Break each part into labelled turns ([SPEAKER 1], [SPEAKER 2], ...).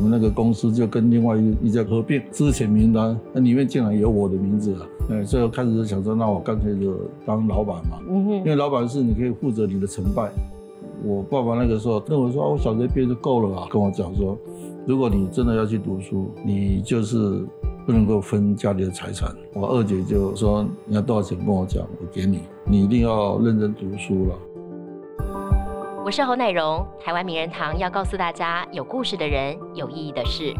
[SPEAKER 1] 们那个公司就跟另外一一家合并，之前名单那里面竟然有我的名字啊，哎，所以我开始就想说，那我干脆就当老板嘛，
[SPEAKER 2] 嗯
[SPEAKER 1] 因
[SPEAKER 2] 哼，
[SPEAKER 1] 为老板是你可以负责你的成败。我爸爸那个时候跟我说，啊我小学毕业就够了啊，跟我讲说，如果你真的要去读书，你就是不能够分家里的财产。我二姐就说，你要多少钱跟我讲，我给你，你一定要认真读书了。
[SPEAKER 2] 我是侯乃荣，台湾名人堂要告诉大家，有故事的人，有意义的事。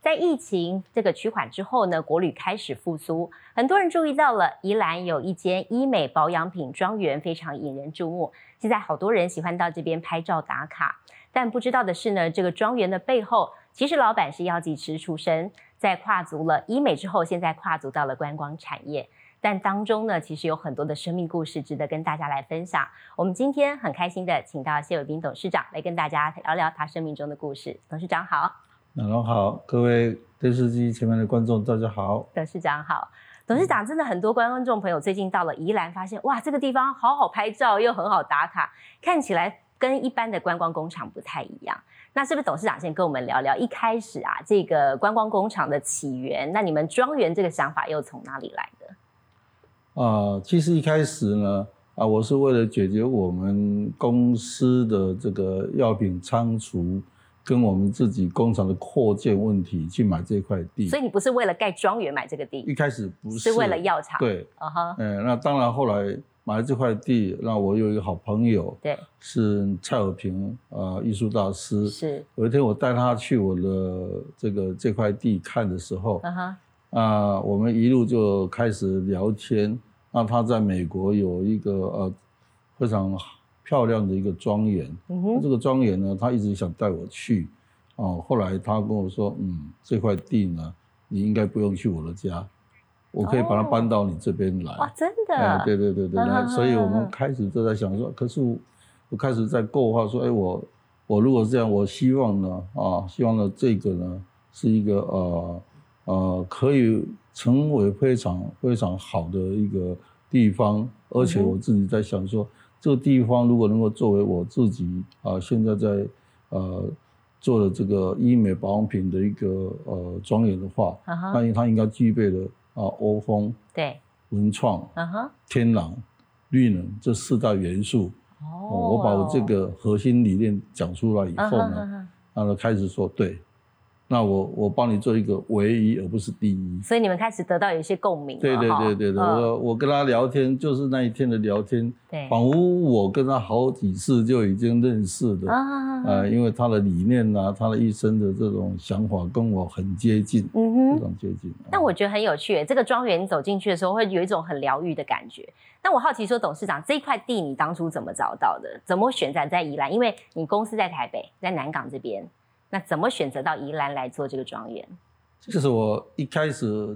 [SPEAKER 2] 在疫情这个趋缓之后呢，国旅开始复苏，很多人注意到了宜兰有一间医美保养品庄园，非常引人注目。现在好多人喜欢到这边拍照打卡，但不知道的是呢，这个庄园的背后，其实老板是药剂师出身，在跨足了医美之后，现在跨足到了观光产业。但当中呢，其实有很多的生命故事值得跟大家来分享。我们今天很开心的请到谢伟斌董事长来跟大家聊聊他生命中的故事。董事长好。
[SPEAKER 1] 然后好，各位电视机前面的观众，大家好。
[SPEAKER 2] 董事长好，董
[SPEAKER 1] 嗯
[SPEAKER 2] 事长真的很多观众朋友最近到了宜兰，发现哇，这个地方好好拍照，又很好打卡，看起来跟一般的观光工厂不太一样。那是不是董事长先跟我们聊聊一开始啊，这个观光工厂的起源？那你们庄园这个想法又从哪里来的？
[SPEAKER 1] 啊，其实一开始呢，啊，我是为了解决我们公司的这个药品仓储跟我们自己工厂的扩建问题去买这块地
[SPEAKER 2] 所。以你不是为了盖庄园买这个
[SPEAKER 1] 一
[SPEAKER 2] 地，
[SPEAKER 1] 开始嗯不
[SPEAKER 2] 是为了药厂。，
[SPEAKER 1] 对，
[SPEAKER 2] 嗯哼，
[SPEAKER 1] 嗯、那当然后来买了这块地，那我有一个好朋友
[SPEAKER 2] 对，
[SPEAKER 1] 是蔡友平啊、艺术大师。
[SPEAKER 2] 是，
[SPEAKER 1] 有一天我带他去我的这个这块地看的时候，
[SPEAKER 2] 嗯哼，
[SPEAKER 1] 啊，我们一路就开始聊天。那他在美国有一个呃非常漂亮的一个庄园，那
[SPEAKER 2] 嗯哼，
[SPEAKER 1] 这个庄园呢，他一直想带我去。哦，后来他跟我说，嗯，这块地呢，你应该不用去我的家，我可以把它
[SPEAKER 2] 哦
[SPEAKER 1] 搬到你这边来。
[SPEAKER 2] 哇，真的，
[SPEAKER 1] 哎对对对对，
[SPEAKER 2] 嗯
[SPEAKER 1] 那
[SPEAKER 2] 嗯
[SPEAKER 1] 所以我
[SPEAKER 2] 嗯
[SPEAKER 1] 们
[SPEAKER 2] 嗯
[SPEAKER 1] 开始就在想说，可是我我开始在构画说，哎，我我如果这样，我希望呢，啊，希望呢这个呢是一个呃呃可以成为非常非常好的一个地方，而且
[SPEAKER 2] 嗯哼
[SPEAKER 1] 我自己在想说，这个地方如果能够作为我自己啊、现在在呃做的这个医美保养品的一个呃庄园的话，
[SPEAKER 2] 嗯哼，
[SPEAKER 1] 那它应该具备了啊、欧风、
[SPEAKER 2] 对，
[SPEAKER 1] 文创。
[SPEAKER 2] 嗯哼，
[SPEAKER 1] 天朗、绿能这四大元素，
[SPEAKER 2] 哦
[SPEAKER 1] 哦，我把我这个核心理念讲出来以
[SPEAKER 2] 嗯
[SPEAKER 1] 后
[SPEAKER 2] 哼嗯
[SPEAKER 1] 呢，
[SPEAKER 2] 哼
[SPEAKER 1] 然后开始说对，那我我帮你做一个唯一而不是第一。
[SPEAKER 2] 所以你们开始得到有一些共鸣了
[SPEAKER 1] 对对
[SPEAKER 2] 哈
[SPEAKER 1] 对对对，
[SPEAKER 2] 嗯
[SPEAKER 1] 我我跟他聊天，就是那一天的聊天，
[SPEAKER 2] 对
[SPEAKER 1] 仿佛我跟他好几次就已经认识的，
[SPEAKER 2] 啊
[SPEAKER 1] 呃，因为他的理念啊，他的一生的这种想法跟我很接近，非
[SPEAKER 2] 嗯哼。
[SPEAKER 1] 常接近。啊
[SPEAKER 2] 那我觉得很有趣耶，这个庄园你走进去的时候会有一种很疗愈的感觉。那我好奇说，董事长这一块地你当初怎么找到的？怎么选择在宜兰？因为你公司在台北，在南港这边，那怎么选择到宜兰来做这个庄园？
[SPEAKER 1] 就是我一开始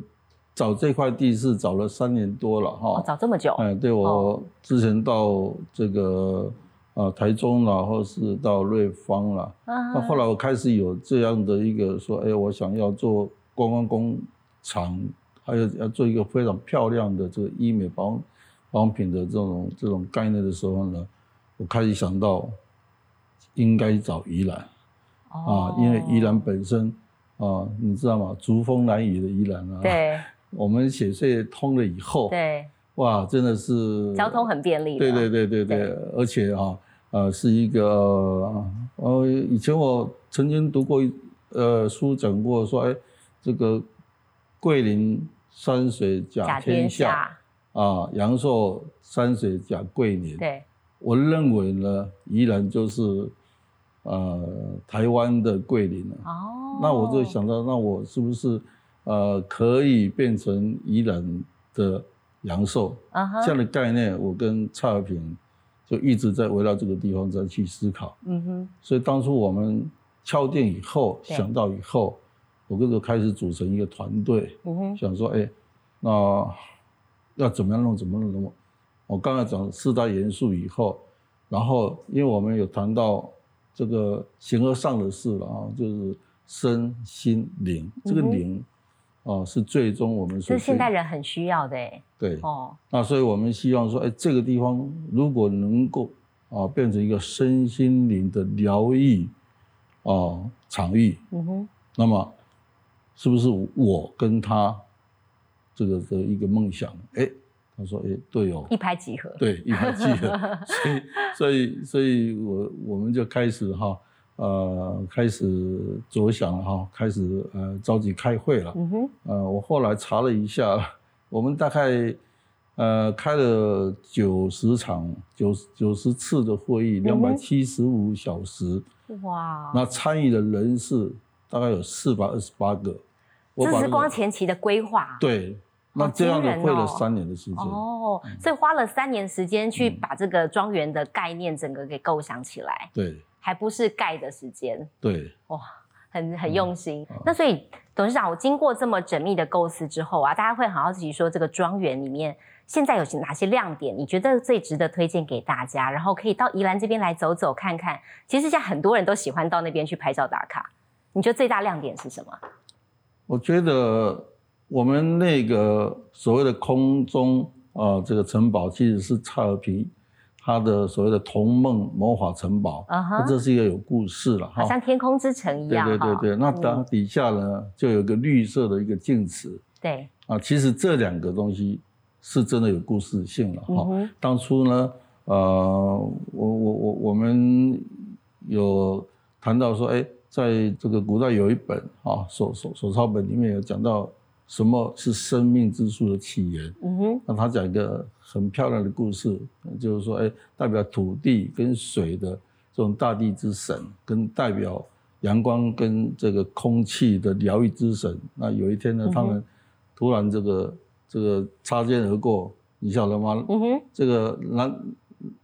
[SPEAKER 1] 找这块地是找了三年多了哈，
[SPEAKER 2] 哦，找这么久，
[SPEAKER 1] 哎，对我
[SPEAKER 2] 哦
[SPEAKER 1] 之前到这个呃台中啦，或是到瑞芳啦，
[SPEAKER 2] 啊
[SPEAKER 1] 那后来我开始有这样的一个说，哎，我想要做观光工厂，还有要做一个非常漂亮的这个医美保养保养品的这种这种概念的时候呢，我开始想到应该找宜兰啊，因为宜兰
[SPEAKER 2] 哦
[SPEAKER 1] 本身啊，你知道吗？竹风南雨的宜兰啊，，
[SPEAKER 2] 哦对
[SPEAKER 1] 我们雪隧通了以后，。
[SPEAKER 2] 对
[SPEAKER 1] 哇，真的是
[SPEAKER 2] 交通很便利了，
[SPEAKER 1] 呃对对对对对
[SPEAKER 2] 对，
[SPEAKER 1] 而且啊，呃，是一个呃，以前我曾经读过一呃书讲过说，哎，这个桂林山水甲
[SPEAKER 2] 甲
[SPEAKER 1] 天
[SPEAKER 2] 天
[SPEAKER 1] 下
[SPEAKER 2] 下，
[SPEAKER 1] 啊，阳朔山水甲桂林。，
[SPEAKER 2] 对
[SPEAKER 1] 我认为呢，宜兰就是呃台湾的桂林了、啊
[SPEAKER 2] 哦。
[SPEAKER 1] 那我就想到，那我是不是呃可以变成宜兰的阳寿？
[SPEAKER 2] 嗯哼，
[SPEAKER 1] 这样的概念，我跟蔡和平就一直在围绕这个地方在去思考。
[SPEAKER 2] 嗯哼，
[SPEAKER 1] 所以当初我们敲定以后，
[SPEAKER 2] 对
[SPEAKER 1] 想到以后，我跟着开始组成一个团队，
[SPEAKER 2] 嗯哼，
[SPEAKER 1] 想说，哎，那要怎么样弄，怎么弄，怎么弄？我刚才讲四大元素以后，然后因为我们有谈到这个形而上的事了啊，就是身心灵，这个
[SPEAKER 2] 嗯哼
[SPEAKER 1] 灵啊、啊，是最终我们所
[SPEAKER 2] 这是现代
[SPEAKER 1] 追
[SPEAKER 2] 人很需要的哎。
[SPEAKER 1] 对。
[SPEAKER 2] 哦，
[SPEAKER 1] 那所以我们希望说，哎，这个地方如果能够啊变成一个身心灵的疗愈啊场域，
[SPEAKER 2] 嗯哼，
[SPEAKER 1] 那么是不是我跟他这个的一个梦想？哎，他说，哎，对 哦，
[SPEAKER 2] 一拍即合。
[SPEAKER 1] 对，一拍即合。所以，所以，所以我我们就开始哈，呃，开始着想了哈，开始呃召集开会了。
[SPEAKER 2] 嗯哼，
[SPEAKER 1] 呃，我后来查了一下，我们大概呃开了九十场、九九十次的会议，
[SPEAKER 2] 嗯
[SPEAKER 1] 两百
[SPEAKER 2] 哼
[SPEAKER 1] 七十五小时，
[SPEAKER 2] 哇，哦
[SPEAKER 1] 那参与的人是大概有四百二十八个。我把
[SPEAKER 2] 这
[SPEAKER 1] 那
[SPEAKER 2] 是
[SPEAKER 1] 个
[SPEAKER 2] 光前期的规划。。啊
[SPEAKER 1] 对，那
[SPEAKER 2] 好
[SPEAKER 1] 这样
[SPEAKER 2] 惊
[SPEAKER 1] 的
[SPEAKER 2] 人
[SPEAKER 1] 会了
[SPEAKER 2] 哦
[SPEAKER 1] 三年的时间。
[SPEAKER 2] 哦，所以花了三年时间去
[SPEAKER 1] 嗯
[SPEAKER 2] 把这个庄园的概念整个给构想起来，
[SPEAKER 1] 对
[SPEAKER 2] 还不是盖的时间，
[SPEAKER 1] 对，
[SPEAKER 2] 很很用心。
[SPEAKER 1] 嗯
[SPEAKER 2] 那所以董事长，我经过这么缜密的构思之后啊，大家会很好奇说，这个庄园里面现在有哪些亮点？你觉得最值得推荐给大家，然后可以到宜兰这边来走走看看。其实现在很多人都喜欢到那边去拍照打卡。你觉得最大亮点是什么？
[SPEAKER 1] 我觉得我们那个所谓的空中啊、呃这个城堡其实是差尔皮他的所谓的童梦魔法城堡，
[SPEAKER 2] 嗯
[SPEAKER 1] 那
[SPEAKER 2] 哼，
[SPEAKER 1] 这是一个有故事了
[SPEAKER 2] 好
[SPEAKER 1] 哈。
[SPEAKER 2] 像天空之城一
[SPEAKER 1] 对
[SPEAKER 2] 样
[SPEAKER 1] 对对
[SPEAKER 2] 哈
[SPEAKER 1] 对，那
[SPEAKER 2] 嗯
[SPEAKER 1] 当底下呢就有一个绿色的一个镜池
[SPEAKER 2] 对，
[SPEAKER 1] 啊，其实这两个东西是真的有故事性了哈。
[SPEAKER 2] 嗯哼，
[SPEAKER 1] 当初呢，呃，我我我我们有谈到说，哎，在这个古代有一本啊手手手抄本里面有讲到什么是生命之树的起源。
[SPEAKER 2] 嗯哼，
[SPEAKER 1] 那他讲一个很漂亮的故事，就是说，哎，代表土地跟水的这种大地之神，跟代表阳光跟这个空气的疗愈之神。那有一天呢
[SPEAKER 2] 嗯，哼
[SPEAKER 1] 他们突然这个这个擦肩而过，你晓得吗？
[SPEAKER 2] 嗯哼，
[SPEAKER 1] 这个男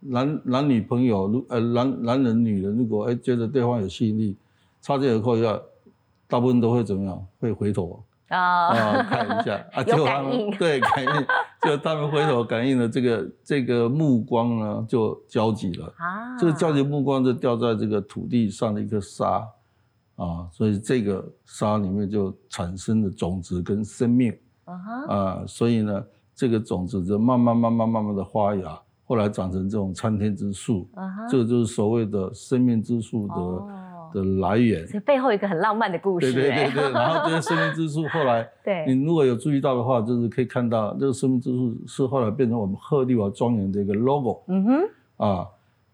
[SPEAKER 1] 男男女朋友，如呃男男人女人，如果哎觉得对方有吸引力，擦肩而过一下，大部分都会怎么样？会回头
[SPEAKER 2] 啊、
[SPEAKER 1] 啊、看一下啊，
[SPEAKER 2] 有
[SPEAKER 1] 结果他
[SPEAKER 2] 感应
[SPEAKER 1] 们 对感应，就他们回头感应的这个这个目光呢就交集了，
[SPEAKER 2] 啊，
[SPEAKER 1] 这个交集目光就掉在这个土地上的一颗沙啊，所以这个沙里面就产生了种子跟生命。
[SPEAKER 2] 啊哈，
[SPEAKER 1] 啊、所以呢，这个种子就慢慢、慢慢、慢慢的发芽，后来长成这种参天之树，
[SPEAKER 2] 啊哈，
[SPEAKER 1] 这个就是所谓的生命之树的、
[SPEAKER 2] 哦
[SPEAKER 1] 的来源。
[SPEAKER 2] 所以背后有一个很浪漫的故事、
[SPEAKER 1] 对
[SPEAKER 2] 哎，
[SPEAKER 1] 对对对，然后这个生命之树后来，
[SPEAKER 2] 对
[SPEAKER 1] 你如果有注意到的话，就是可以看到这个生命之树是后来变成我们鹤立娃庄园的一个 logo
[SPEAKER 2] 嗯哼，
[SPEAKER 1] 啊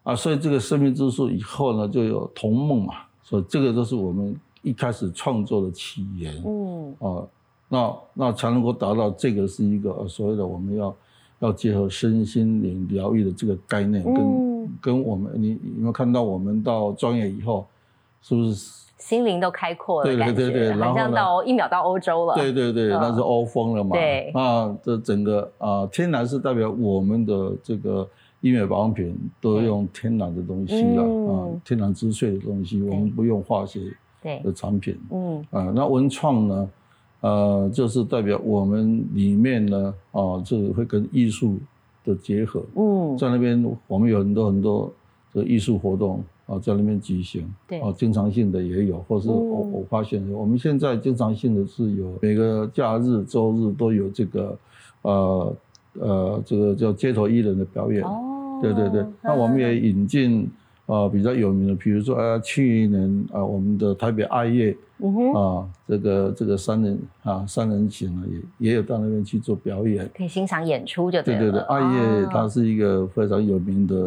[SPEAKER 1] 啊，所以这个生命之树以后呢，就有童梦嘛，所以这个都是我们一开始创作的起源。
[SPEAKER 2] 嗯，
[SPEAKER 1] 啊，那那才能够达到这个是一个呃所谓的我们要要结合身心灵疗愈的这个概念，跟、
[SPEAKER 2] 嗯
[SPEAKER 1] 跟我们你你有没有看到我们到专业以后，是不是？
[SPEAKER 2] 心灵都开阔了，
[SPEAKER 1] 对对
[SPEAKER 2] 感觉
[SPEAKER 1] 对对然
[SPEAKER 2] 好
[SPEAKER 1] 后
[SPEAKER 2] 像
[SPEAKER 1] 呢
[SPEAKER 2] 到一秒到欧洲了，
[SPEAKER 1] 对对对，
[SPEAKER 2] 嗯
[SPEAKER 1] 那是欧风了嘛。
[SPEAKER 2] 对
[SPEAKER 1] 那这整个啊、天然是代表我们的这个医美保养品都用天然的东西了、
[SPEAKER 2] 嗯
[SPEAKER 1] 啊，天然植萃的东西，我们不用化学
[SPEAKER 2] 对
[SPEAKER 1] 的产品。
[SPEAKER 2] 嗯
[SPEAKER 1] 啊，那文创呢，呃，就是代表我们里面呢，啊，这个会跟艺术的结合，
[SPEAKER 2] 嗯，
[SPEAKER 1] 在那边我们有很多很多的艺术活动啊，在那边举行，
[SPEAKER 2] 对
[SPEAKER 1] 啊，经常性的也有，或是
[SPEAKER 2] 嗯
[SPEAKER 1] 偶偶发现的，我们现在经常性的是有每个假日、周日都有这个，呃呃，这个叫街头艺人的表演，
[SPEAKER 2] 哦，
[SPEAKER 1] 对对对，那我们也引进。呃，比较有名的，比如说，呃，去年啊、呃我们的台北爱乐，
[SPEAKER 2] 嗯哼，
[SPEAKER 1] 啊，这个这个三人啊三人行啊，也也有到那边去做表演。
[SPEAKER 2] 可以欣赏演出就
[SPEAKER 1] 对对啊
[SPEAKER 2] 了，
[SPEAKER 1] 对，阿叶
[SPEAKER 2] 哦
[SPEAKER 1] 它是一个非常有名的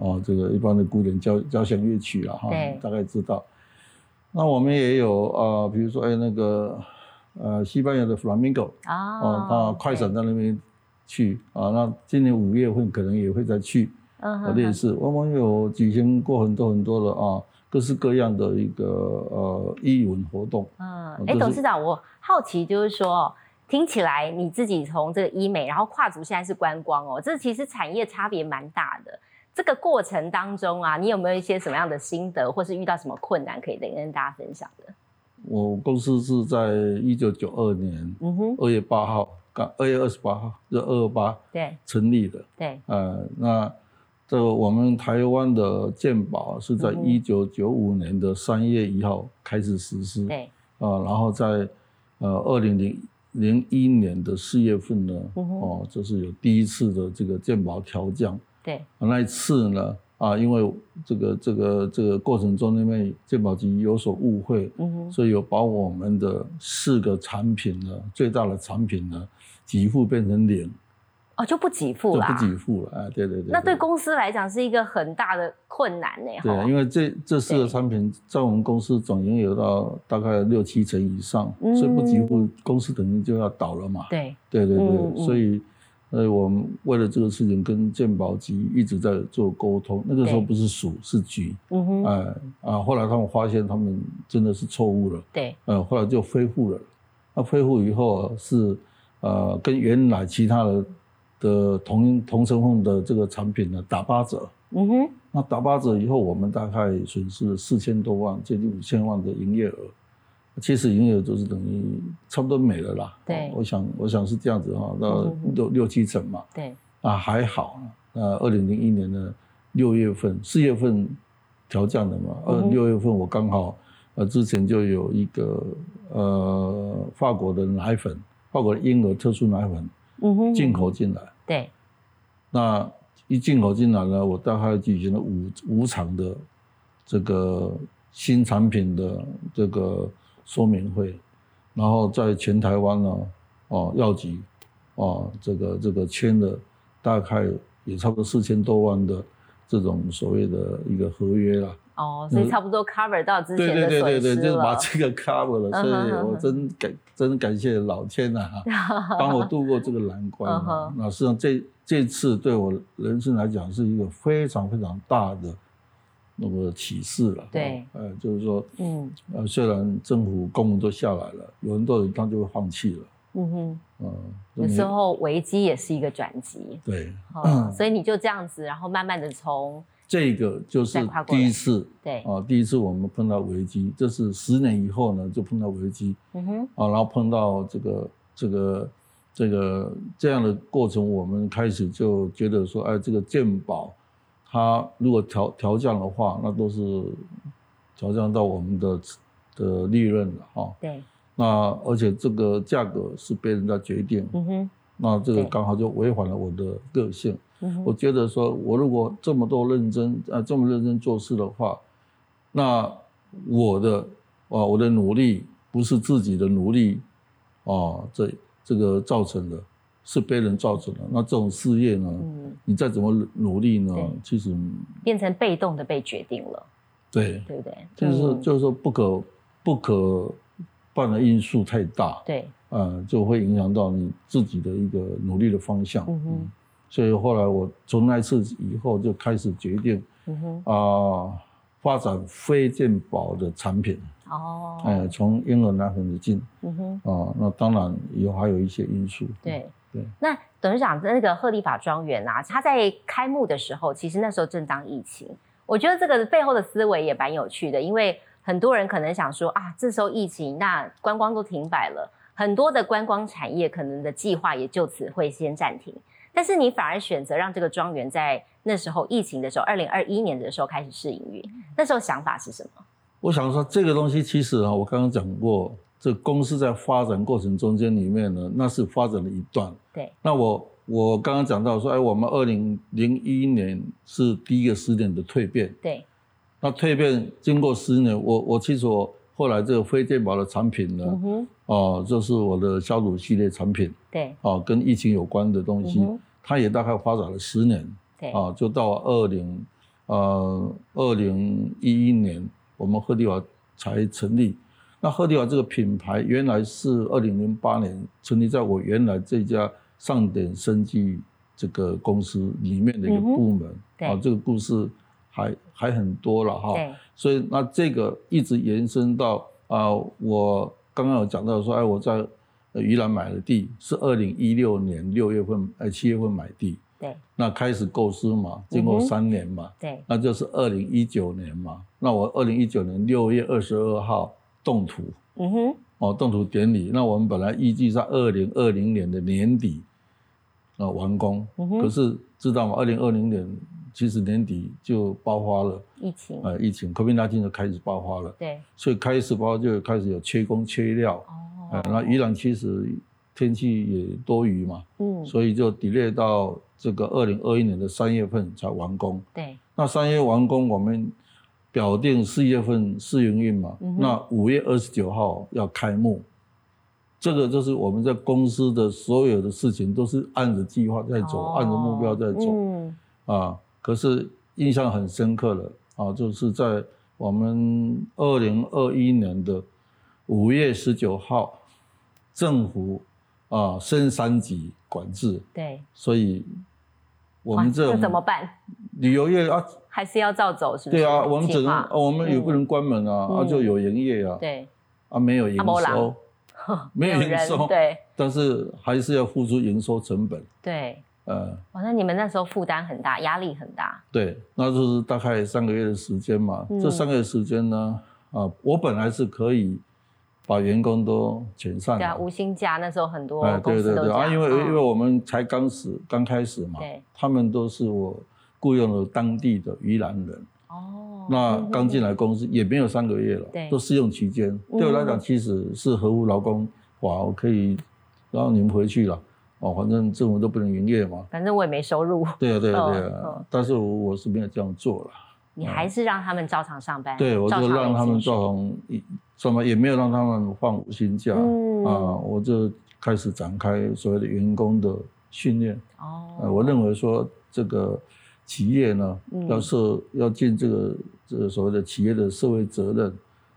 [SPEAKER 1] 啊，这个一般的古典交交响乐曲了哈
[SPEAKER 2] 对，
[SPEAKER 1] 大概知道。那我们也有啊，比如说哎那个呃西班牙的 flamingo 啊，它
[SPEAKER 2] 哦，
[SPEAKER 1] 快闪
[SPEAKER 2] 对，
[SPEAKER 1] 到那边去啊，那今年五月份可能也会再去。
[SPEAKER 2] 嗯
[SPEAKER 1] 啊，
[SPEAKER 2] 哼
[SPEAKER 1] 类
[SPEAKER 2] 哼，
[SPEAKER 1] 似，我们有举行过很多很多的啊，各式各样的一个呃义文活动。
[SPEAKER 2] 嗯
[SPEAKER 1] 哦，
[SPEAKER 2] 哎，
[SPEAKER 1] 就是
[SPEAKER 2] 董事长，我好奇就是说。听起来你自己从这个医美，然后跨足现在是观光哦，这其实产业差别蛮大的。这个过程当中啊，你有没有一些什么样的心得，或是遇到什么困难可以跟大家分享的？
[SPEAKER 1] 我公司是在一九九二年
[SPEAKER 2] 嗯哼，
[SPEAKER 1] 二月八号，刚二月二十八号，就二二八
[SPEAKER 2] 对
[SPEAKER 1] 成立的。
[SPEAKER 2] 对，
[SPEAKER 1] 呃，那这个我们台湾的健保是在
[SPEAKER 2] 嗯哼
[SPEAKER 1] 一九九五年的三月一号开始实施，
[SPEAKER 2] 对，
[SPEAKER 1] 啊、然后在呃二零零零一年的四月份呢，
[SPEAKER 2] 嗯哼
[SPEAKER 1] 哦，就是有第一次的这个健保调降。
[SPEAKER 2] 对，
[SPEAKER 1] 那一次呢，啊，因为这个这个这个过程中，因为健保局有所误会，
[SPEAKER 2] 嗯哼，
[SPEAKER 1] 所以有把我们的四个产品呢，最大的产品呢，给付变成零，
[SPEAKER 2] 哦，就不给
[SPEAKER 1] 就
[SPEAKER 2] 付啦。
[SPEAKER 1] 不给付了。啊，对对对。
[SPEAKER 2] 那对公司来讲是一个很大的困难呢、
[SPEAKER 1] 对啊，
[SPEAKER 2] 哈
[SPEAKER 1] 因为这这四
[SPEAKER 2] 对
[SPEAKER 1] 个产品在我们公司总营业额到大概六七成以上，所以不给付，公司等于就要倒了嘛。
[SPEAKER 2] 嗯对，
[SPEAKER 1] 对对对，
[SPEAKER 2] 嗯嗯
[SPEAKER 1] 所以呃，我们为了这个事情跟健保局一直在做沟通。那个时候
[SPEAKER 2] 对
[SPEAKER 1] 不是署是局，
[SPEAKER 2] 嗯哼，
[SPEAKER 1] 哎啊，后来他们发现他们真的是错误了，
[SPEAKER 2] 对，
[SPEAKER 1] 呃，后来就恢复了。那恢复以后啊是呃，跟原来其他的的同同成分的这个产品呢打八折。
[SPEAKER 2] 嗯哼，
[SPEAKER 1] 那打八折以后，我们大概损失了四千多万，接近五千万的营业额。其实营业额就是等于差不多没了啦。
[SPEAKER 2] 对
[SPEAKER 1] 哦我想我想是这样子哈、到
[SPEAKER 2] 嗯哼
[SPEAKER 1] 六六七成嘛，
[SPEAKER 2] 对，
[SPEAKER 1] 啊还好。呃，二零零一年的六月份、四月份调降的嘛，
[SPEAKER 2] 嗯
[SPEAKER 1] 二
[SPEAKER 2] 哼
[SPEAKER 1] 六月份我刚好呃之前就有一个呃法国的奶粉，法国的婴儿特殊奶粉
[SPEAKER 2] 嗯哼，
[SPEAKER 1] 进，口进来。
[SPEAKER 2] 对，
[SPEAKER 1] 那一进口进来呢，我大概举行了五五场的这个新产品的这个说明会，然后在全台湾呢，哦药局，哦这个这个签了大概也差不多四千多万的这种所谓的一个合约啦。
[SPEAKER 2] 哦，所以差不多 cover 到之
[SPEAKER 1] 对
[SPEAKER 2] 前
[SPEAKER 1] 嗯对
[SPEAKER 2] 的
[SPEAKER 1] 对对
[SPEAKER 2] 损
[SPEAKER 1] 对，
[SPEAKER 2] 失
[SPEAKER 1] 就是把
[SPEAKER 2] 了。
[SPEAKER 1] 这个 cover 了，
[SPEAKER 2] 嗯
[SPEAKER 1] 所
[SPEAKER 2] 哼
[SPEAKER 1] 以
[SPEAKER 2] 嗯
[SPEAKER 1] 我
[SPEAKER 2] 哼
[SPEAKER 1] 真感真感谢老天 呐、啊。帮我度过这个难关
[SPEAKER 2] 嗯
[SPEAKER 1] 啊
[SPEAKER 2] 哼。
[SPEAKER 1] 那实际上这这次对我人生来讲是一个非常非常大的那个启示了。
[SPEAKER 2] 对
[SPEAKER 1] 呃，就是说，
[SPEAKER 2] 嗯
[SPEAKER 1] 呃，虽然政府公文都下来了，有很多人他就会放弃了。
[SPEAKER 2] 嗯哼，
[SPEAKER 1] 嗯、
[SPEAKER 2] 有时候危机也是一个转机，
[SPEAKER 1] 对嗯
[SPEAKER 2] 哦，所以你就这样子，然后慢慢的从
[SPEAKER 1] 这个就是
[SPEAKER 2] 再跨过来
[SPEAKER 1] 第一次
[SPEAKER 2] 对，
[SPEAKER 1] 啊，第一次我们碰到危机，这是十年以后呢就碰到危机
[SPEAKER 2] 嗯哼，
[SPEAKER 1] 啊，然后碰到这个这个。这个这样的过程，我们开始就觉得说，哎，这个健保它如果调调降的话，那都是调降到我们的的利润了哈、
[SPEAKER 2] 对，
[SPEAKER 1] 那而且这个价格是被人家决定，
[SPEAKER 2] 嗯哼，
[SPEAKER 1] 那这个
[SPEAKER 2] 对
[SPEAKER 1] 刚好就违反了我的个性。
[SPEAKER 2] 嗯
[SPEAKER 1] 我
[SPEAKER 2] 哼，
[SPEAKER 1] 觉得说，我如果这么多认真啊、呃这么认真做事的话，那我的啊、我的努力不是自己的努力啊、这这个造成的，是别人造成的。那这种事业呢，
[SPEAKER 2] 嗯，
[SPEAKER 1] 你再怎么努力呢
[SPEAKER 2] 对，
[SPEAKER 1] 其实
[SPEAKER 2] 变成被动的被决定了，
[SPEAKER 1] 对，
[SPEAKER 2] 对不对？
[SPEAKER 1] 就是说
[SPEAKER 2] 嗯
[SPEAKER 1] 就是说不可不可办的因素太大，
[SPEAKER 2] 对，
[SPEAKER 1] 呃，就会影响到你自己的一个努力的方向。
[SPEAKER 2] 嗯哼
[SPEAKER 1] 嗯所以后来我从那一次以后就开始决定。
[SPEAKER 2] 嗯哼，
[SPEAKER 1] 啊、发展非健保的产品，
[SPEAKER 2] 哦，
[SPEAKER 1] 呃，从婴儿奶粉的进
[SPEAKER 2] 嗯哼，
[SPEAKER 1] 啊、那当然以后还有一些因素。
[SPEAKER 2] 嗯对
[SPEAKER 1] 对。
[SPEAKER 2] 那董事长，那个鹤立法庄园啊，它在开幕的时候，其实那时候正当疫情，我觉得这个背后的思维也蛮有趣的，因为很多人可能想说啊，这时候疫情，那观光都停摆了，很多的观光产业可能的计划也就此会先暂停。但是你反而选择让这个庄园在那时候疫情的时候，二零二一年的时候开始试营运，那时候想法是什么？
[SPEAKER 1] 我想说这个东西其实啊，我刚刚讲过，这公司在发展过程中间里面呢，那是发展的一段。
[SPEAKER 2] 对，
[SPEAKER 1] 那我我刚刚讲到说，哎，我们二零零一年是第一个十年的蜕变，
[SPEAKER 2] 对，
[SPEAKER 1] 那蜕变经过十年，我我其实我后来这个非健保的产品呢，
[SPEAKER 2] 嗯哼，
[SPEAKER 1] 哦、就是我的消毒系列产品。
[SPEAKER 2] 对，
[SPEAKER 1] 啊，跟疫情有关的东西，
[SPEAKER 2] 嗯哼哦
[SPEAKER 1] 它也大概发展了十年
[SPEAKER 2] 对，
[SPEAKER 1] 啊，就到二零呃二零一一年，我们赫蒂瓦才成立。那赫蒂瓦这个品牌原来是二零零八年成立在我原来这家上点生技这个公司里面的一个
[SPEAKER 2] 嗯哼
[SPEAKER 1] 部门、
[SPEAKER 2] 对
[SPEAKER 1] 啊，这个故事还还很多了哈。
[SPEAKER 2] 对，
[SPEAKER 1] 所以那这个一直延伸到啊、我刚刚有讲到说，哎，我在呃宜兰买的地是二零一六年六月份，哎七月份买地，
[SPEAKER 2] 对，
[SPEAKER 1] 那开始构思嘛，经
[SPEAKER 2] 嗯
[SPEAKER 1] 过
[SPEAKER 2] 哼
[SPEAKER 1] 三年嘛，
[SPEAKER 2] 对，
[SPEAKER 1] 那就是二零一九年嘛。那我二零一九年六月二十二号动土
[SPEAKER 2] 嗯哼，
[SPEAKER 1] 哦，动土典礼。那我们本来预计在二零二零年的年底呃完工，
[SPEAKER 2] 嗯哼
[SPEAKER 1] 可是知道吗？二零二零年其实年底就爆发了。
[SPEAKER 2] 疫情，
[SPEAKER 1] 呃，疫情 COVID-19 就开始爆发了，
[SPEAKER 2] 对，
[SPEAKER 1] 所以开始爆发就开始有缺工缺料。
[SPEAKER 2] 哦
[SPEAKER 1] 呃，那宜兰其实天气也多雨嘛，
[SPEAKER 2] 嗯，
[SPEAKER 1] 所以就 delay 到这个二零二一年的三月份才完工。
[SPEAKER 2] 对，
[SPEAKER 1] 那三月完工，我们表定四月份试营运嘛，
[SPEAKER 2] 嗯哼
[SPEAKER 1] 那五月二十九号要开幕。这个就是我们在公司的所有的事情都是按着计划在
[SPEAKER 2] 哦
[SPEAKER 1] 走，按着目标在走。
[SPEAKER 2] 嗯，
[SPEAKER 1] 啊，可是印象很深刻了啊，就是在我们二零二一年的五月十九号，政府啊升三级管制，
[SPEAKER 2] 对，
[SPEAKER 1] 所以我
[SPEAKER 2] 哇
[SPEAKER 1] 们这
[SPEAKER 2] 那怎么
[SPEAKER 1] 种
[SPEAKER 2] 办？
[SPEAKER 1] 旅游业啊，
[SPEAKER 2] 还是要照走，是不是？
[SPEAKER 1] 对啊，我们只
[SPEAKER 2] 计
[SPEAKER 1] 能、
[SPEAKER 2] 划
[SPEAKER 1] 啊我们也不能关门啊，啊
[SPEAKER 2] 嗯
[SPEAKER 1] 就有营业啊，
[SPEAKER 2] 对，
[SPEAKER 1] 啊没有营
[SPEAKER 2] 啊没人
[SPEAKER 1] 收，没有营
[SPEAKER 2] 人
[SPEAKER 1] 收，
[SPEAKER 2] 对
[SPEAKER 1] 但是还是要付出营收成本，
[SPEAKER 2] 对。
[SPEAKER 1] 呃。
[SPEAKER 2] 哇，那你们那时候负担很大，压力很大，
[SPEAKER 1] 对，那就是大概三个月的时间嘛。
[SPEAKER 2] 嗯
[SPEAKER 1] 这三个月的时间呢，啊，我本来是可以把员工都遣散
[SPEAKER 2] 对啊，
[SPEAKER 1] 的，
[SPEAKER 2] 无薪假那时候很多
[SPEAKER 1] 哎，
[SPEAKER 2] 公
[SPEAKER 1] 对
[SPEAKER 2] 司
[SPEAKER 1] 对
[SPEAKER 2] 都
[SPEAKER 1] 对
[SPEAKER 2] 这
[SPEAKER 1] 啊，
[SPEAKER 2] 样，
[SPEAKER 1] 因为、
[SPEAKER 2] 嗯
[SPEAKER 1] 因为我们才刚始刚开始嘛，
[SPEAKER 2] 对
[SPEAKER 1] 他们都是我雇佣了当地的宜兰人，
[SPEAKER 2] 哦，
[SPEAKER 1] 那
[SPEAKER 2] 嗯
[SPEAKER 1] 刚进来公司也没有三个月了，
[SPEAKER 2] 对嗯
[SPEAKER 1] 都试用期间，对我来讲其实是合乎劳工法，我可以让你们回去了，哦，反正政府都不能营业嘛。
[SPEAKER 2] 反正我也没收入，
[SPEAKER 1] 对啊，对啊，对
[SPEAKER 2] 嗯
[SPEAKER 1] 啊
[SPEAKER 2] 嗯，
[SPEAKER 1] 但是我我是没有这样做了。
[SPEAKER 2] 你还是让他们照常上班，
[SPEAKER 1] 嗯对，我
[SPEAKER 2] 照
[SPEAKER 1] 就
[SPEAKER 2] 常
[SPEAKER 1] 让他们
[SPEAKER 2] 领薪水
[SPEAKER 1] 照常一上班，也没有让他们放无薪假、
[SPEAKER 2] 嗯
[SPEAKER 1] 啊，我就开始展开所谓的员工的训练。呃，
[SPEAKER 2] 哦，
[SPEAKER 1] 我认为说这个企业呢，
[SPEAKER 2] 嗯
[SPEAKER 1] 要社要尽这个这个所谓的企业的社会责任，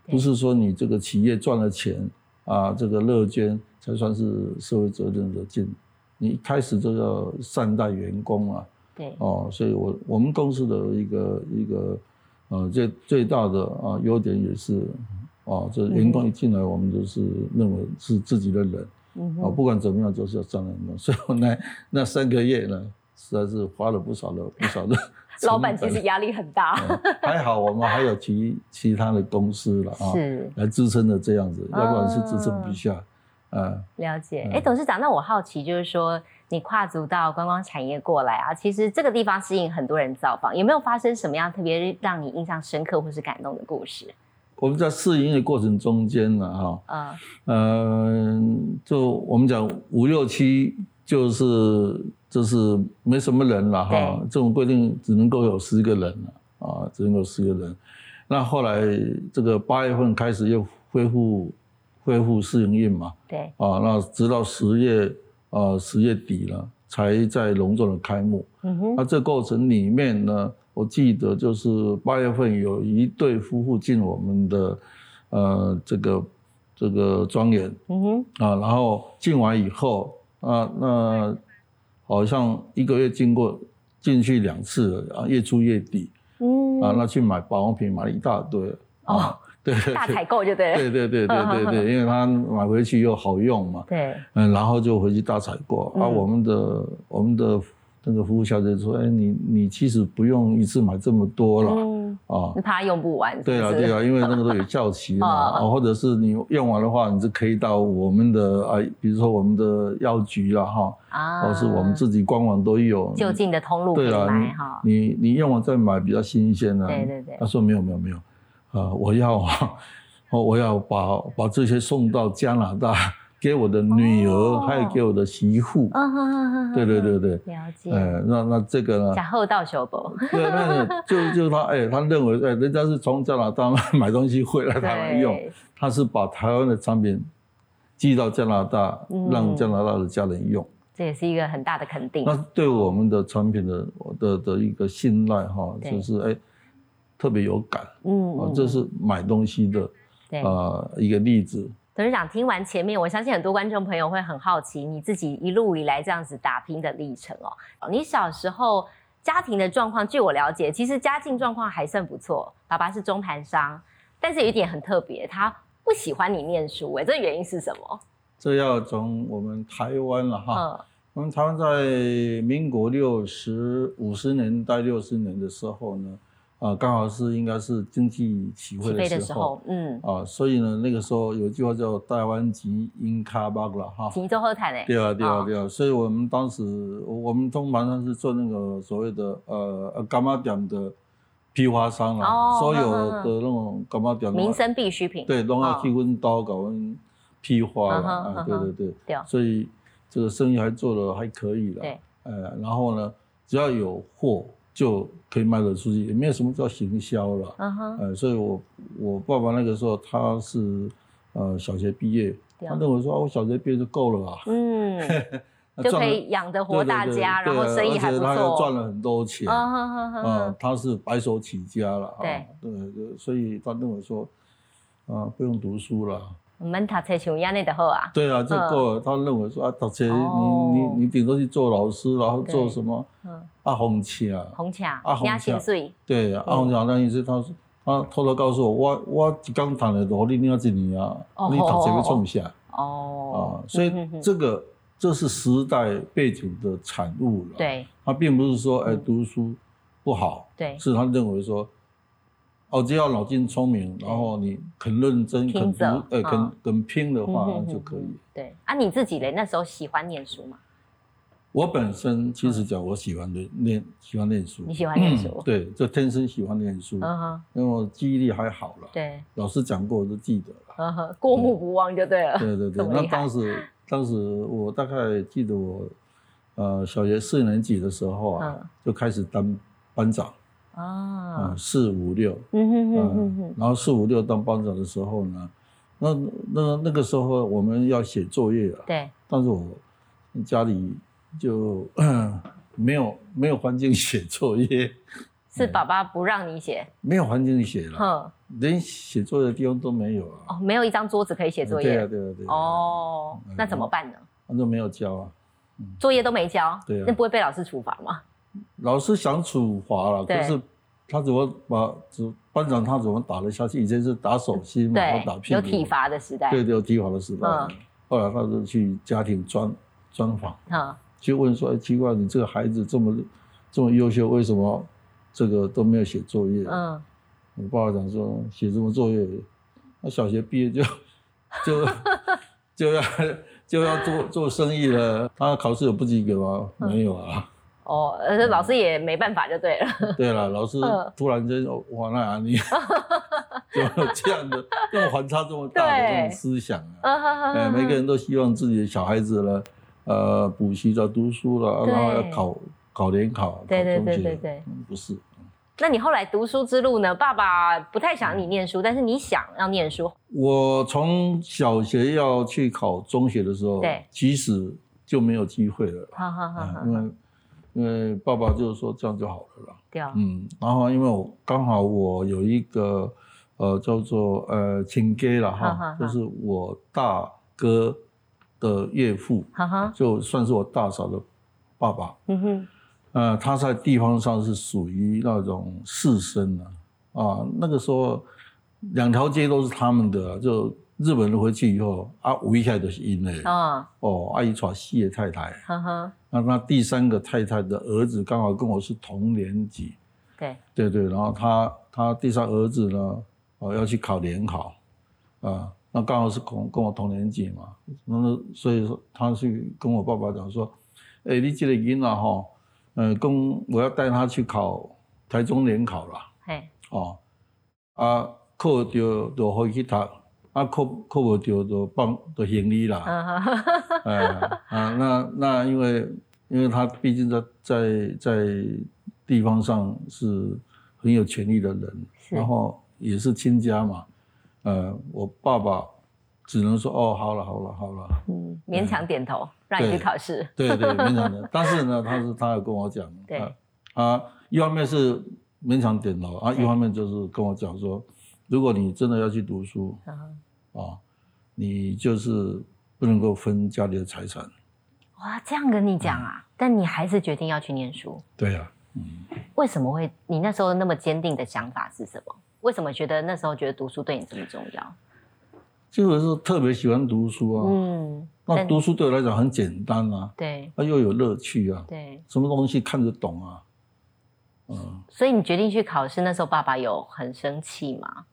[SPEAKER 2] 对
[SPEAKER 1] 不是说你这个企业赚了钱啊，这个乐捐才算是社会责任的尽。你一开始就要善待员工啊，
[SPEAKER 2] 对，
[SPEAKER 1] 哦，所以我我们公司的一个一个呃最最大的啊、优点也是啊，这员工一进来，我们都是认为是自己的人
[SPEAKER 2] 嗯
[SPEAKER 1] 啊、不管怎么样就是要站在那，所以我那那三个月呢，实在是花了不少的不少的成本。
[SPEAKER 2] 老板其实压力很大，
[SPEAKER 1] 嗯、还好我们还有其其他的公司了啊，
[SPEAKER 2] 是
[SPEAKER 1] 来支撑的这样子，要不然是支撑
[SPEAKER 2] 啊
[SPEAKER 1] 不下。啊，
[SPEAKER 2] 了解。
[SPEAKER 1] 嗯
[SPEAKER 2] 哎，董事长，那我好奇就是说，你跨足到观光产业过来啊，其实这个地方吸引很多人造访，有没有发生什么样特别让你印象深刻或是感动的故事？
[SPEAKER 1] 我们在试营的过程中间呢，哈、
[SPEAKER 2] 嗯，
[SPEAKER 1] 嗯，就我们讲五六七，就是就是没什么人了哈
[SPEAKER 2] 对。
[SPEAKER 1] 这种规定只能够有十个人了啊，只能够十个人。那后来这个八月份开始又恢复恢复试营运嘛，
[SPEAKER 2] 对，
[SPEAKER 1] 啊，那直到十月呃十月底了，才在隆重的开幕。
[SPEAKER 2] 嗯哼，
[SPEAKER 1] 那这过程里面呢，我记得就是八月份有一对夫妇进我们的呃这个这个庄园
[SPEAKER 2] 嗯哼，
[SPEAKER 1] 啊，然后进完以后啊，那好像一个月经过进去两次了啊，月初月底
[SPEAKER 2] 嗯，
[SPEAKER 1] 啊，那去买保养品买了一大堆
[SPEAKER 2] 哦
[SPEAKER 1] 啊，对对
[SPEAKER 2] 大采购就对了，
[SPEAKER 1] 对对对对对对，因为他买回去又好用嘛，
[SPEAKER 2] 对，
[SPEAKER 1] 嗯，然后就回去大采购、啊。
[SPEAKER 2] 嗯
[SPEAKER 1] 我们的我们的那个服务小姐说：“哎，你你其实不用一次买这么多了、
[SPEAKER 2] 嗯，
[SPEAKER 1] 啊
[SPEAKER 2] 你。怕用不完是”不
[SPEAKER 1] 对
[SPEAKER 2] 是，
[SPEAKER 1] 啊，对啊，因为那个都有效期嘛，
[SPEAKER 2] 啊
[SPEAKER 1] 啊，或者是你用完的话，你是可以到我们的啊，比如说我们的药局啦，哈，
[SPEAKER 2] 啊，
[SPEAKER 1] 哦或是我们自己官网都有。
[SPEAKER 2] 就近的通路可以
[SPEAKER 1] 对啊
[SPEAKER 2] 买哈，，
[SPEAKER 1] 你你你用完再买比较新鲜啊。
[SPEAKER 2] 对对对
[SPEAKER 1] 他说没有没有没有，啊，我要 啊，哦我要把把这些送到加拿大，给我的女儿，
[SPEAKER 2] 哦
[SPEAKER 1] 还有给我的媳妇。
[SPEAKER 2] 嗯哼哼哼，
[SPEAKER 1] 对对对对，
[SPEAKER 2] 了解，
[SPEAKER 1] 呃，那那这个呢
[SPEAKER 2] 假？后到手不？
[SPEAKER 1] 对，那个就就他哎，他认为哎，人家是从加拿大买东西回来台湾用，
[SPEAKER 2] 对，
[SPEAKER 1] 他是把台湾的产品寄到加拿大
[SPEAKER 2] 嗯，
[SPEAKER 1] 让加拿大的家人用。
[SPEAKER 2] 这也是一个很大的肯定
[SPEAKER 1] 那，对我们的产品的的的一个信赖哈，
[SPEAKER 2] 对
[SPEAKER 1] 就是哎，特别有感
[SPEAKER 2] 嗯
[SPEAKER 1] 啊
[SPEAKER 2] 嗯，
[SPEAKER 1] 这是买东西的
[SPEAKER 2] 对。
[SPEAKER 1] 啊一个例子。
[SPEAKER 2] 董事长听完前面，我相信很多观众朋友会很好奇你自己一路以来这样子打拼的历程哦。你小时候家庭的状况，据我了解，其实家境状况还算不错，爸爸是中盘商，但是有一点很特别，他不喜欢你念书，哎，这原因是什么？
[SPEAKER 1] 这要从我们台湾了哈，
[SPEAKER 2] 嗯，
[SPEAKER 1] 我们台湾在民国六十五十年代六十年的时候呢，啊、刚好是应该是经济起
[SPEAKER 2] 起
[SPEAKER 1] 飞
[SPEAKER 2] 飞
[SPEAKER 1] 的
[SPEAKER 2] 的
[SPEAKER 1] 时
[SPEAKER 2] 时
[SPEAKER 1] 候
[SPEAKER 2] 候，嗯，
[SPEAKER 1] 啊、所以呢，那个时候有一句话叫“台湾及英卡巴格拉”哈。
[SPEAKER 2] 锦州喝坦哎，
[SPEAKER 1] 对啊，对啊，
[SPEAKER 2] 哦
[SPEAKER 1] 对啊，所以我们当时我们通常上是做那个所谓的呃呃伽马点的批发商啦，
[SPEAKER 2] 哦
[SPEAKER 1] 所有
[SPEAKER 2] 嗯嗯嗯
[SPEAKER 1] 的那种伽马点的
[SPEAKER 2] 民生必需品，
[SPEAKER 1] 对，拢
[SPEAKER 2] 哦
[SPEAKER 1] 要去阮兜甲阮批发了
[SPEAKER 2] 嗯哼
[SPEAKER 1] 啊，
[SPEAKER 2] 嗯
[SPEAKER 1] 对
[SPEAKER 2] 哼
[SPEAKER 1] 对对，
[SPEAKER 2] 对哦
[SPEAKER 1] 所以这个生意还做得还可以了。
[SPEAKER 2] 对，
[SPEAKER 1] 呃，然后呢，只要有货就可以卖得出去，也没有什么叫行销了。
[SPEAKER 2] 嗯哼，
[SPEAKER 1] 呃，所以我我爸爸那个时候他是呃小学毕业，
[SPEAKER 2] 对
[SPEAKER 1] 他
[SPEAKER 2] 啊
[SPEAKER 1] 认为说、啊、我小学毕业就够了啊，
[SPEAKER 2] 嗯，
[SPEAKER 1] 那
[SPEAKER 2] 就
[SPEAKER 1] 赚
[SPEAKER 2] 可
[SPEAKER 1] 了
[SPEAKER 2] 以养得
[SPEAKER 1] 对
[SPEAKER 2] 活
[SPEAKER 1] 对
[SPEAKER 2] 大
[SPEAKER 1] 对
[SPEAKER 2] 家，然
[SPEAKER 1] 对
[SPEAKER 2] 后
[SPEAKER 1] 啊
[SPEAKER 2] 生意
[SPEAKER 1] 而
[SPEAKER 2] 还
[SPEAKER 1] 且
[SPEAKER 2] 不
[SPEAKER 1] 他又
[SPEAKER 2] 错，
[SPEAKER 1] 赚了很多钱
[SPEAKER 2] 嗯哼哼哼
[SPEAKER 1] 啊
[SPEAKER 2] 哼，，
[SPEAKER 1] 他是白手起家了啊，
[SPEAKER 2] 对
[SPEAKER 1] 对对，所以他认为说啊不用读书了，
[SPEAKER 2] 门塔才像样内的好啊，
[SPEAKER 1] 对啊，这够了，他认为说啊，读书
[SPEAKER 2] 哦
[SPEAKER 1] 你你你顶多去做老师，然后做
[SPEAKER 2] 对
[SPEAKER 1] 什么
[SPEAKER 2] 嗯，
[SPEAKER 1] 啊红旗啊，
[SPEAKER 2] 红卡
[SPEAKER 1] 啊，红
[SPEAKER 2] 压薪
[SPEAKER 1] 卡
[SPEAKER 2] 水，
[SPEAKER 1] 对啊，红旗好像意思他说。他偷偷告诉我，我我一刚谈的多，你领一年啊，
[SPEAKER 2] 哦
[SPEAKER 1] 你读书要创啥？
[SPEAKER 2] 哦
[SPEAKER 1] 啊，，所以
[SPEAKER 2] 嗯哼哼
[SPEAKER 1] 这个这是时代背景的产物了。，
[SPEAKER 2] 对
[SPEAKER 1] 他并不是说哎
[SPEAKER 2] 嗯
[SPEAKER 1] 读书不好，
[SPEAKER 2] 对，
[SPEAKER 1] 是他认为说，哦只要脑筋聪明，然后你肯认真、
[SPEAKER 2] 拼
[SPEAKER 1] 肯读
[SPEAKER 2] 着，
[SPEAKER 1] 哎肯
[SPEAKER 2] 嗯
[SPEAKER 1] 肯拼的话
[SPEAKER 2] 嗯哼哼
[SPEAKER 1] 就可以。
[SPEAKER 2] 对啊，你自己嘞那时候喜欢念书嘛？
[SPEAKER 1] 我本身其实讲我喜欢念念喜欢念书，
[SPEAKER 2] 嗯你喜欢念书
[SPEAKER 1] 嗯对，就天生喜欢念书，
[SPEAKER 2] 嗯哼，
[SPEAKER 1] 因为我记忆力还好了，
[SPEAKER 2] 对，
[SPEAKER 1] 老师讲过我都记得了。
[SPEAKER 2] 嗯哼，过目不忘就对了，
[SPEAKER 1] 对 对
[SPEAKER 2] 啊这
[SPEAKER 1] 对，
[SPEAKER 2] 么
[SPEAKER 1] 那
[SPEAKER 2] 厉害
[SPEAKER 1] 当时当时我大概记得我，呃，小学四年级的时候啊，
[SPEAKER 2] 嗯
[SPEAKER 1] 就开始当班长啊
[SPEAKER 2] 啊，，
[SPEAKER 1] 四五六，
[SPEAKER 2] 嗯哼哼哼
[SPEAKER 1] 嗯
[SPEAKER 2] 哼，，
[SPEAKER 1] 然后四五六当班长的时候呢，那那那个时候我们要写作业啊，
[SPEAKER 2] 对，
[SPEAKER 1] 但是我家里就没有没有环境写作业，
[SPEAKER 2] 是
[SPEAKER 1] 嗯
[SPEAKER 2] 爸爸不让你写，
[SPEAKER 1] 没有环境写了，
[SPEAKER 2] 哼，
[SPEAKER 1] 连写作业的地方都没有啊，
[SPEAKER 2] 哦，没有一张桌子可以写作
[SPEAKER 1] 对啊
[SPEAKER 2] 业，
[SPEAKER 1] 对啊对啊，，
[SPEAKER 2] 哦
[SPEAKER 1] 嗯，
[SPEAKER 2] 那怎么办呢？
[SPEAKER 1] 他都没有教啊。
[SPEAKER 2] 作业都没交，
[SPEAKER 1] 对啊
[SPEAKER 2] 那不会被老师处罚吗？
[SPEAKER 1] 老师想处罚了，
[SPEAKER 2] 对
[SPEAKER 1] 可是他怎么把只班长他怎么打得下去？以前是打手心嘛，
[SPEAKER 2] 对
[SPEAKER 1] 或打，屁
[SPEAKER 2] 有
[SPEAKER 1] 股，
[SPEAKER 2] 体，罚的时代，
[SPEAKER 1] 对对，有体罚的时代。
[SPEAKER 2] 嗯
[SPEAKER 1] 后来他就去家庭专专访，
[SPEAKER 2] 嗯，
[SPEAKER 1] 去问说：“哎，奇怪，你这个孩子这么这么优秀，为什么这个都没有写作业？”
[SPEAKER 2] 嗯，
[SPEAKER 1] 我爸爸讲说：“写什么作业？他小学毕业就就就要就要做做生意了。他考试有不及格吗？
[SPEAKER 2] 嗯
[SPEAKER 1] 没有啊。”
[SPEAKER 2] 哦，呃，
[SPEAKER 1] 嗯
[SPEAKER 2] 老师也没办法就对了，
[SPEAKER 1] 对了，老师
[SPEAKER 2] 嗯
[SPEAKER 1] 突然间哦哇，那 你怎么有这样的这种反差这么大的这
[SPEAKER 2] 对
[SPEAKER 1] 种思想啊？哎，
[SPEAKER 2] 嗯，
[SPEAKER 1] 每个人都希望自己的小孩子呢，呃，补习了、读书了，
[SPEAKER 2] 对
[SPEAKER 1] 然后要考考联考、
[SPEAKER 2] 对
[SPEAKER 1] 考
[SPEAKER 2] 对
[SPEAKER 1] 中
[SPEAKER 2] 对
[SPEAKER 1] 学
[SPEAKER 2] 对对
[SPEAKER 1] 嗯不是，
[SPEAKER 2] 那你后来读书之路呢？爸爸不太想你念书，但是你想要念书，
[SPEAKER 1] 我从小学要去考中学的时候
[SPEAKER 2] 对，嗯
[SPEAKER 1] 其实就没有机会了，
[SPEAKER 2] 哈哈哈
[SPEAKER 1] 啊
[SPEAKER 2] 哈
[SPEAKER 1] 因，为因为爸爸就说这样就好了啦。
[SPEAKER 2] 对啊，
[SPEAKER 1] 嗯，然后因为我刚好我有一个呃叫做呃亲哥了
[SPEAKER 2] 哈哈
[SPEAKER 1] 哈
[SPEAKER 2] 哈，
[SPEAKER 1] 就是我大哥的岳父，
[SPEAKER 2] 哈哈，
[SPEAKER 1] 就算是我大嫂的爸爸。
[SPEAKER 2] 嗯哼，
[SPEAKER 1] 呃，他在地方上是属于那种士绅啊，啊，那个时候两条街都是他们的啊，就日本人回去以后啊，围起来都是因为
[SPEAKER 2] 啊，
[SPEAKER 1] 哦，阿姨娶四个太太，
[SPEAKER 2] 哈哈，
[SPEAKER 1] 那他第三个太太的儿子刚好跟我是同年级。
[SPEAKER 2] 对，
[SPEAKER 1] 对对，然后他他第三儿子呢，呃，要去考联考，啊，那刚好是跟跟我同年级嘛，那么所以说他去跟我爸爸讲说，哎、你这个囡仔哈，呃，跟我要带他去考台中联考啦，
[SPEAKER 2] 嘿，
[SPEAKER 1] 哦，啊，考着就可以去读，啊，考考不着就放就行李啦，
[SPEAKER 2] 嗯哈，
[SPEAKER 1] 哎啊，那那因为因为他毕竟在在在地方上是很有权力的人，
[SPEAKER 2] 是
[SPEAKER 1] 然后也是亲家嘛，呃，我爸爸只能说哦，好了好了好了，
[SPEAKER 2] 嗯，勉强点头，让你去
[SPEAKER 1] 对
[SPEAKER 2] 考试，
[SPEAKER 1] 对对，勉强的。但是呢，他是他有跟我讲，
[SPEAKER 2] 对
[SPEAKER 1] 啊，啊，一方面是勉强点头啊，一
[SPEAKER 2] 对
[SPEAKER 1] 方面就是跟我讲说，如果你真的要去读书
[SPEAKER 2] 嗯哼，
[SPEAKER 1] 啊，你就是不能够分家里的财产，
[SPEAKER 2] 哇，这样跟你讲啊，但你还是决定要去念书，
[SPEAKER 1] 对呀、嗯。
[SPEAKER 2] 为什么会？你那时候那么坚定的想法是什么？为什么觉得那时候觉得读书对你这么重要？
[SPEAKER 1] 就是特别喜欢读书啊。
[SPEAKER 2] 嗯，
[SPEAKER 1] 那
[SPEAKER 2] 但
[SPEAKER 1] 读书对我来讲很简单啊，
[SPEAKER 2] 对
[SPEAKER 1] 那又有乐趣啊，
[SPEAKER 2] 对，
[SPEAKER 1] 什么东西看得懂啊。嗯，
[SPEAKER 2] 所以你决定去考试，那时候爸爸有很生气吗？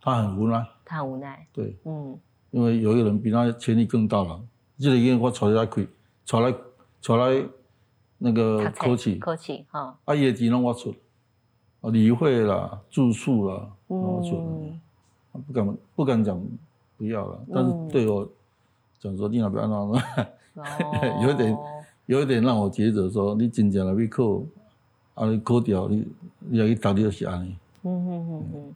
[SPEAKER 1] 他很无奈，
[SPEAKER 2] 他很无奈，
[SPEAKER 1] 对，
[SPEAKER 2] 嗯，
[SPEAKER 1] 因为有一个人比他权力更大了。这个因为我吵来开，吵来吵来那个考试，
[SPEAKER 2] 科技，哈，
[SPEAKER 1] 啊，伊的钱拢我出，啊，理会啦、住宿啦，拢我出，
[SPEAKER 2] 嗯，
[SPEAKER 1] 不敢不敢讲不要了。但是对我讲说，你老不要闹了，
[SPEAKER 2] 哦
[SPEAKER 1] 有点有一点让我觉得说，你真正来去考，啊你考掉你，你要去读你就是安尼。
[SPEAKER 2] 嗯哼哼哼，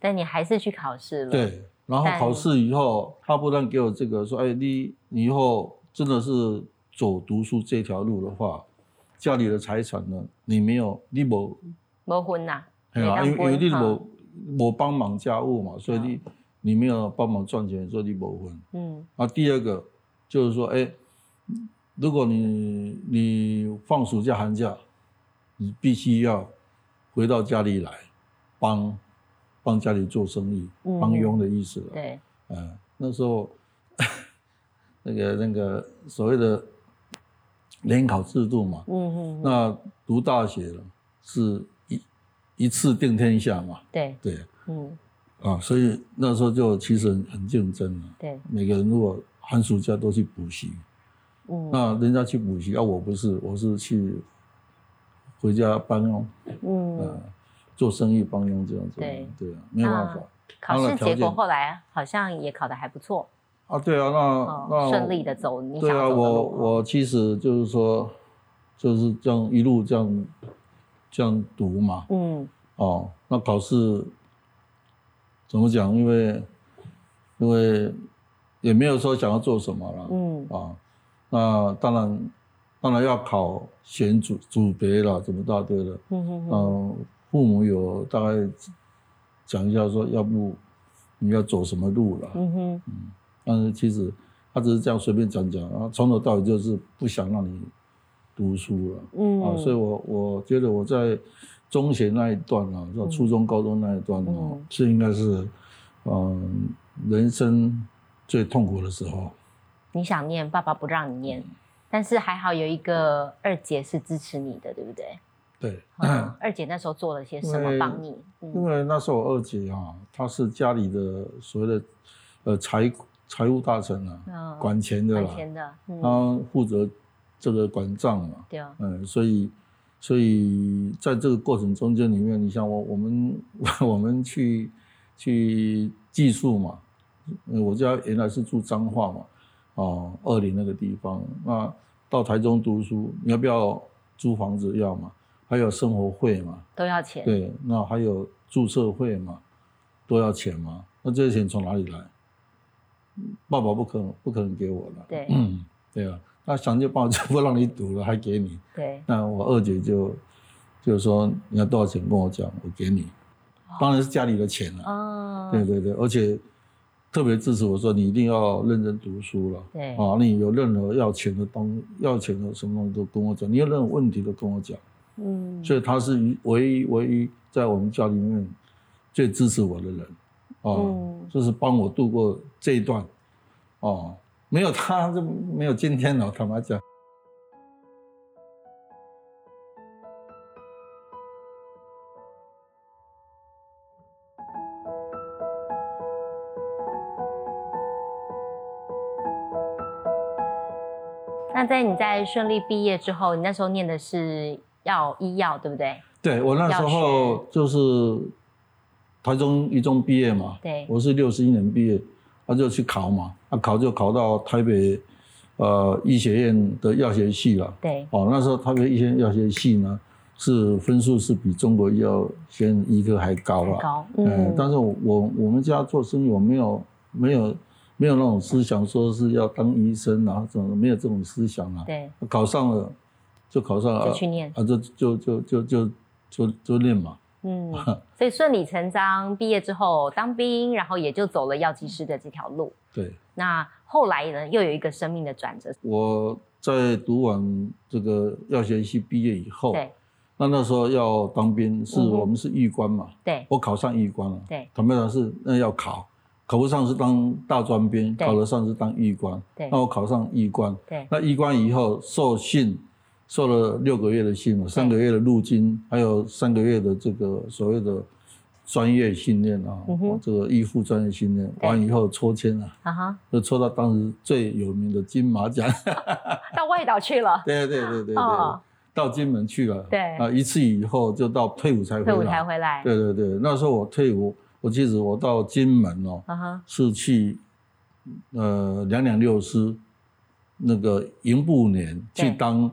[SPEAKER 2] 但你还是啊去考试了。，
[SPEAKER 1] 对，然后
[SPEAKER 2] 但
[SPEAKER 1] 考试以后，他不但给我这个说，哎，你你以后真的是走读书这条路的话，家里的财产呢，你没有，你无，
[SPEAKER 2] 没婚呐，
[SPEAKER 1] 哎呀，因为
[SPEAKER 2] 没当
[SPEAKER 1] 因为
[SPEAKER 2] 归
[SPEAKER 1] 你
[SPEAKER 2] 哈啊
[SPEAKER 1] 无无帮忙家务嘛，所以你、你没有帮忙赚钱，所以你无分。
[SPEAKER 2] 嗯
[SPEAKER 1] 啊，第二个就是说，哎，如果你你放暑假寒假，你必须要回到家里来帮帮家里做生意，帮
[SPEAKER 2] 嗯
[SPEAKER 1] 佣的意思了。
[SPEAKER 2] 对，
[SPEAKER 1] 啊，那时候 那个那个所谓的联考制度嘛，
[SPEAKER 2] 嗯哼哼，
[SPEAKER 1] 那读大学了是一一次定天下嘛，
[SPEAKER 2] 对，
[SPEAKER 1] 对
[SPEAKER 2] 嗯
[SPEAKER 1] 啊，所以那时候就其实很很竞争了。
[SPEAKER 2] 对，
[SPEAKER 1] 每个人如果寒暑假都去补习，
[SPEAKER 2] 嗯
[SPEAKER 1] 那人家去补习，啊，我不是，我是去回家帮佣，
[SPEAKER 2] 嗯，
[SPEAKER 1] 呃，做生意帮佣这样子。
[SPEAKER 2] 对
[SPEAKER 1] 对啊，没有办法
[SPEAKER 2] 考
[SPEAKER 1] 当
[SPEAKER 2] 试
[SPEAKER 1] 然条
[SPEAKER 2] 结果
[SPEAKER 1] 件
[SPEAKER 2] 后来好像也考得还不错，
[SPEAKER 1] 啊，对啊，那
[SPEAKER 2] 哦
[SPEAKER 1] 那，
[SPEAKER 2] 顺利的走你想
[SPEAKER 1] 对啊，
[SPEAKER 2] 要走的
[SPEAKER 1] 我
[SPEAKER 2] 路。
[SPEAKER 1] 我其实就是说，就是这样一路这样这样读嘛。
[SPEAKER 2] 嗯
[SPEAKER 1] 哦，那考试怎么讲？因为因为也没有说想要做什么了。
[SPEAKER 2] 嗯
[SPEAKER 1] 啊，那当然当然要考选组组别了，怎么大堆了。
[SPEAKER 2] 嗯哼哼，
[SPEAKER 1] 嗯，父母有大概讲一下说，要不你要走什么路了。
[SPEAKER 2] 嗯哼，
[SPEAKER 1] 但是其实他只是这样随便讲讲，然后从头到尾就是不想让你读书了、
[SPEAKER 2] 嗯，
[SPEAKER 1] 啊。所以我我觉得我在中学那一段啊，就初中、高中那一段啊，
[SPEAKER 2] 嗯
[SPEAKER 1] 是应该是嗯人生最痛苦的时候。
[SPEAKER 2] 你想念，爸爸不让你
[SPEAKER 1] 嗯
[SPEAKER 2] 念，但是还好有一个二姐是支持你的，对不对？
[SPEAKER 1] 对，
[SPEAKER 2] 嗯二姐那时候做了些什么
[SPEAKER 1] 对
[SPEAKER 2] 帮你？
[SPEAKER 1] 因
[SPEAKER 2] 嗯
[SPEAKER 1] 为那时候我二姐啊，她是家里的所谓的呃财财务大臣啊，
[SPEAKER 2] 嗯，
[SPEAKER 1] 管钱的
[SPEAKER 2] 管
[SPEAKER 1] 啦，啊
[SPEAKER 2] 钱的，嗯，
[SPEAKER 1] 她负责这个管账嘛。
[SPEAKER 2] 对啊，
[SPEAKER 1] 嗯，所以所以在这个过程中间里面，你像我我们 我们去去寄宿嘛，呃我家原来是住彰化嘛，哦，二林那个地方，那到台中读书，你要不要租房子要嘛？还有生活费嘛，
[SPEAKER 2] 都要钱，
[SPEAKER 1] 对，那还有注册费嘛，都要钱嘛，那这些钱从哪里来？爸爸不可能不可能给我了，
[SPEAKER 2] 对
[SPEAKER 1] 嗯， 对啊，他想尽办法就不让你读了，还给你，
[SPEAKER 2] 对，
[SPEAKER 1] 那我二姐就就说你要多少钱跟我讲，我给你，
[SPEAKER 2] 哦
[SPEAKER 1] 当然是家里的钱了、
[SPEAKER 2] 嗯，
[SPEAKER 1] 对对对，而且特别支持我说你一定要认真读书了。
[SPEAKER 2] 对
[SPEAKER 1] 啊，你有任何要钱的东要钱的什么东西都跟我讲，你有任何问题都跟我讲，
[SPEAKER 2] 嗯，
[SPEAKER 1] 所以他是一唯一唯一在我们家里面最支持我的人，啊，
[SPEAKER 2] 嗯
[SPEAKER 1] 就是帮我度过这一段，哦、没有他就没有今天了，哦坦白讲。
[SPEAKER 2] 那在你在顺利毕业之后，你那时候念的是药医药，对不对？
[SPEAKER 1] 对我那时候就是台中一中毕业嘛，
[SPEAKER 2] 对
[SPEAKER 1] 我是六十一年毕业，他、就去考嘛，他、考就考到台北呃医学院的药学系了。
[SPEAKER 2] 对，
[SPEAKER 1] 哦，那时候台北医学院药学系呢，是分数是比中国药学院医科还高了。
[SPEAKER 2] 很高，
[SPEAKER 1] 嗯，但是我我我们家做生意，我没有没有没有那种思想，说是要当医生啊，怎么没有这种思想啊？
[SPEAKER 2] 对，
[SPEAKER 1] 考上了就考上了，
[SPEAKER 2] 就去念，
[SPEAKER 1] 啊，就就就就就就就练嘛。
[SPEAKER 2] 嗯，所以顺理成章，毕业之后当兵，然后也就走了药剂师的这条路。
[SPEAKER 1] 对，
[SPEAKER 2] 那后来呢，又有一个生命的转折，
[SPEAKER 1] 我在读完这个药学系毕业以后，
[SPEAKER 2] 对
[SPEAKER 1] 那那时候要当兵，是
[SPEAKER 2] 嗯哼
[SPEAKER 1] 我们是预官嘛，
[SPEAKER 2] 对
[SPEAKER 1] 我考上预官了。
[SPEAKER 2] 对
[SPEAKER 1] 坦白讲是那要考，考不上是当大专兵，
[SPEAKER 2] 对
[SPEAKER 1] 考得上是当预官。
[SPEAKER 2] 对
[SPEAKER 1] 那我考上预官，
[SPEAKER 2] 对，
[SPEAKER 1] 那医官以后受训，受了六个月的训了，三个月的入军，还有三个月的这个所谓的专业训练啊，
[SPEAKER 2] 嗯哼
[SPEAKER 1] 这个医护专业训练
[SPEAKER 2] 对
[SPEAKER 1] 完以后抽签啊，
[SPEAKER 2] 啊哈，
[SPEAKER 1] 就抽到当时最有名的金马奖，
[SPEAKER 2] 到外岛去了，
[SPEAKER 1] 对对对对对，
[SPEAKER 2] 哦
[SPEAKER 1] 到金门去了，
[SPEAKER 2] 对
[SPEAKER 1] 啊，一次以后就到退伍才回
[SPEAKER 2] 退
[SPEAKER 1] 来，
[SPEAKER 2] 伍才回来，
[SPEAKER 1] 对对对，那时候我退伍，我记得我到金门哦，
[SPEAKER 2] 啊哈，
[SPEAKER 1] 是去呃两两六师那个营部年
[SPEAKER 2] 对
[SPEAKER 1] 去当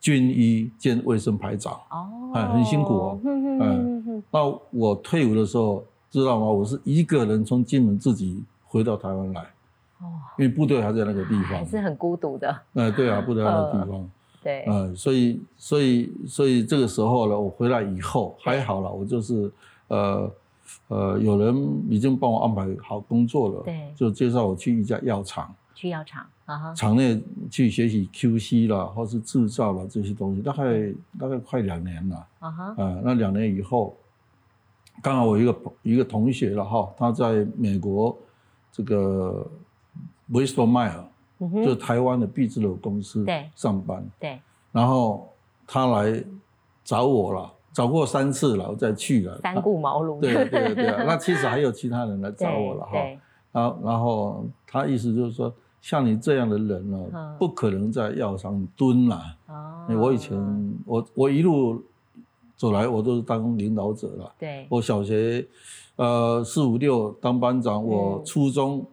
[SPEAKER 1] 军医兼卫生排长。
[SPEAKER 2] 哦，
[SPEAKER 1] 哎很辛苦哦
[SPEAKER 2] 嗯哼
[SPEAKER 1] 嗯
[SPEAKER 2] 哼哼
[SPEAKER 1] 那我退伍的时候，知道吗？我是一个人从金门自己回到台湾来，
[SPEAKER 2] 哼哦，
[SPEAKER 1] 因为部队还在那个哎地
[SPEAKER 2] 还
[SPEAKER 1] 方。
[SPEAKER 2] 啊是呃很孤独的，
[SPEAKER 1] 哎、对啊，部队还在那个地方。
[SPEAKER 2] 对，
[SPEAKER 1] 嗯，所以所以所以这个时候呢，我回来以后还好了，我就是呃呃，有人已经帮我安排好工作了，
[SPEAKER 2] 对
[SPEAKER 1] 就介绍我去一家药厂，
[SPEAKER 2] 去药厂啊哈，
[SPEAKER 1] 厂内去学习 QC 啦，或是制造啦这些东西，大概大概快两年了，
[SPEAKER 2] 啊哈
[SPEAKER 1] 啊、，那两年以后，刚好我一个朋一个同学了哈，他在美国这个 Bristol Myers，、
[SPEAKER 2] 嗯
[SPEAKER 1] 就是啊
[SPEAKER 2] 哼，
[SPEAKER 1] 台湾的毕志柳公司
[SPEAKER 2] 对
[SPEAKER 1] 上班。
[SPEAKER 2] 对，
[SPEAKER 1] 然后他来找我了，找过三次了，我再去了。
[SPEAKER 2] 三顾茅
[SPEAKER 1] 啊
[SPEAKER 2] 庐，
[SPEAKER 1] 对啊对啊对 啊，那其实还有其他人来找我了哈。
[SPEAKER 2] 对
[SPEAKER 1] 然后然后他意思就是说，像你这样的人呢、
[SPEAKER 2] 嗯
[SPEAKER 1] 不可能在药厂蹲啦。
[SPEAKER 2] 对哦
[SPEAKER 1] 哎我以前我我一路走来，我都是当领导者了。
[SPEAKER 2] 对
[SPEAKER 1] 我小学，呃，四五六当班长，我
[SPEAKER 2] 嗯
[SPEAKER 1] 初中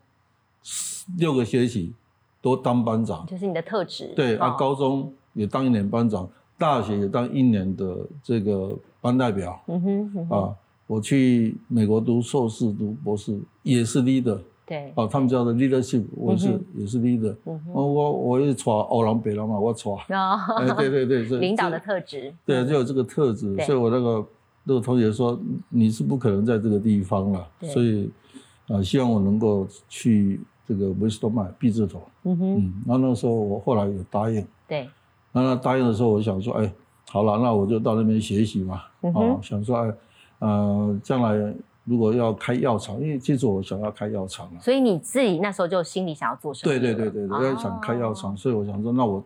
[SPEAKER 1] 六个学期都当班长，
[SPEAKER 2] 就是你的特质，
[SPEAKER 1] 对啊，
[SPEAKER 2] 哦
[SPEAKER 1] 高中也当一年班长，大学也当一年的这个班代表
[SPEAKER 2] 嗯哼嗯哼，
[SPEAKER 1] 啊。我去美国读硕士、读博士，也是 leader
[SPEAKER 2] 对，
[SPEAKER 1] 啊，他们叫做 leadership，我是、
[SPEAKER 2] 嗯
[SPEAKER 1] 也是 leader。
[SPEAKER 2] 嗯
[SPEAKER 1] 我
[SPEAKER 2] 哼，。
[SPEAKER 1] 我我也耍欧郎北郎嘛，我耍
[SPEAKER 2] 然
[SPEAKER 1] 哎，对对对，是
[SPEAKER 2] 领导的
[SPEAKER 1] 这
[SPEAKER 2] 特质，
[SPEAKER 1] 对，就有这个特质，
[SPEAKER 2] 对
[SPEAKER 1] 所以我那个那个同学说你是不可能在这个地方了，
[SPEAKER 2] 对
[SPEAKER 1] 所以呃，希望我能够去这个维斯多曼毕志头。
[SPEAKER 2] 嗯哼，
[SPEAKER 1] 嗯，然后那个时候我后来有答应。
[SPEAKER 2] 对，
[SPEAKER 1] 那他答应的时候，我想说，哎，好了，那我就到那边学习嘛，
[SPEAKER 2] 嗯
[SPEAKER 1] 啊
[SPEAKER 2] 哼，
[SPEAKER 1] 想说，哎，呃，将来如果要开药厂，因为其实我想要开药厂了，
[SPEAKER 2] 所以你自己那时候就心里想要做什么？
[SPEAKER 1] 对对对对
[SPEAKER 2] 啊
[SPEAKER 1] 对，要想开药厂，，所以我想说，那我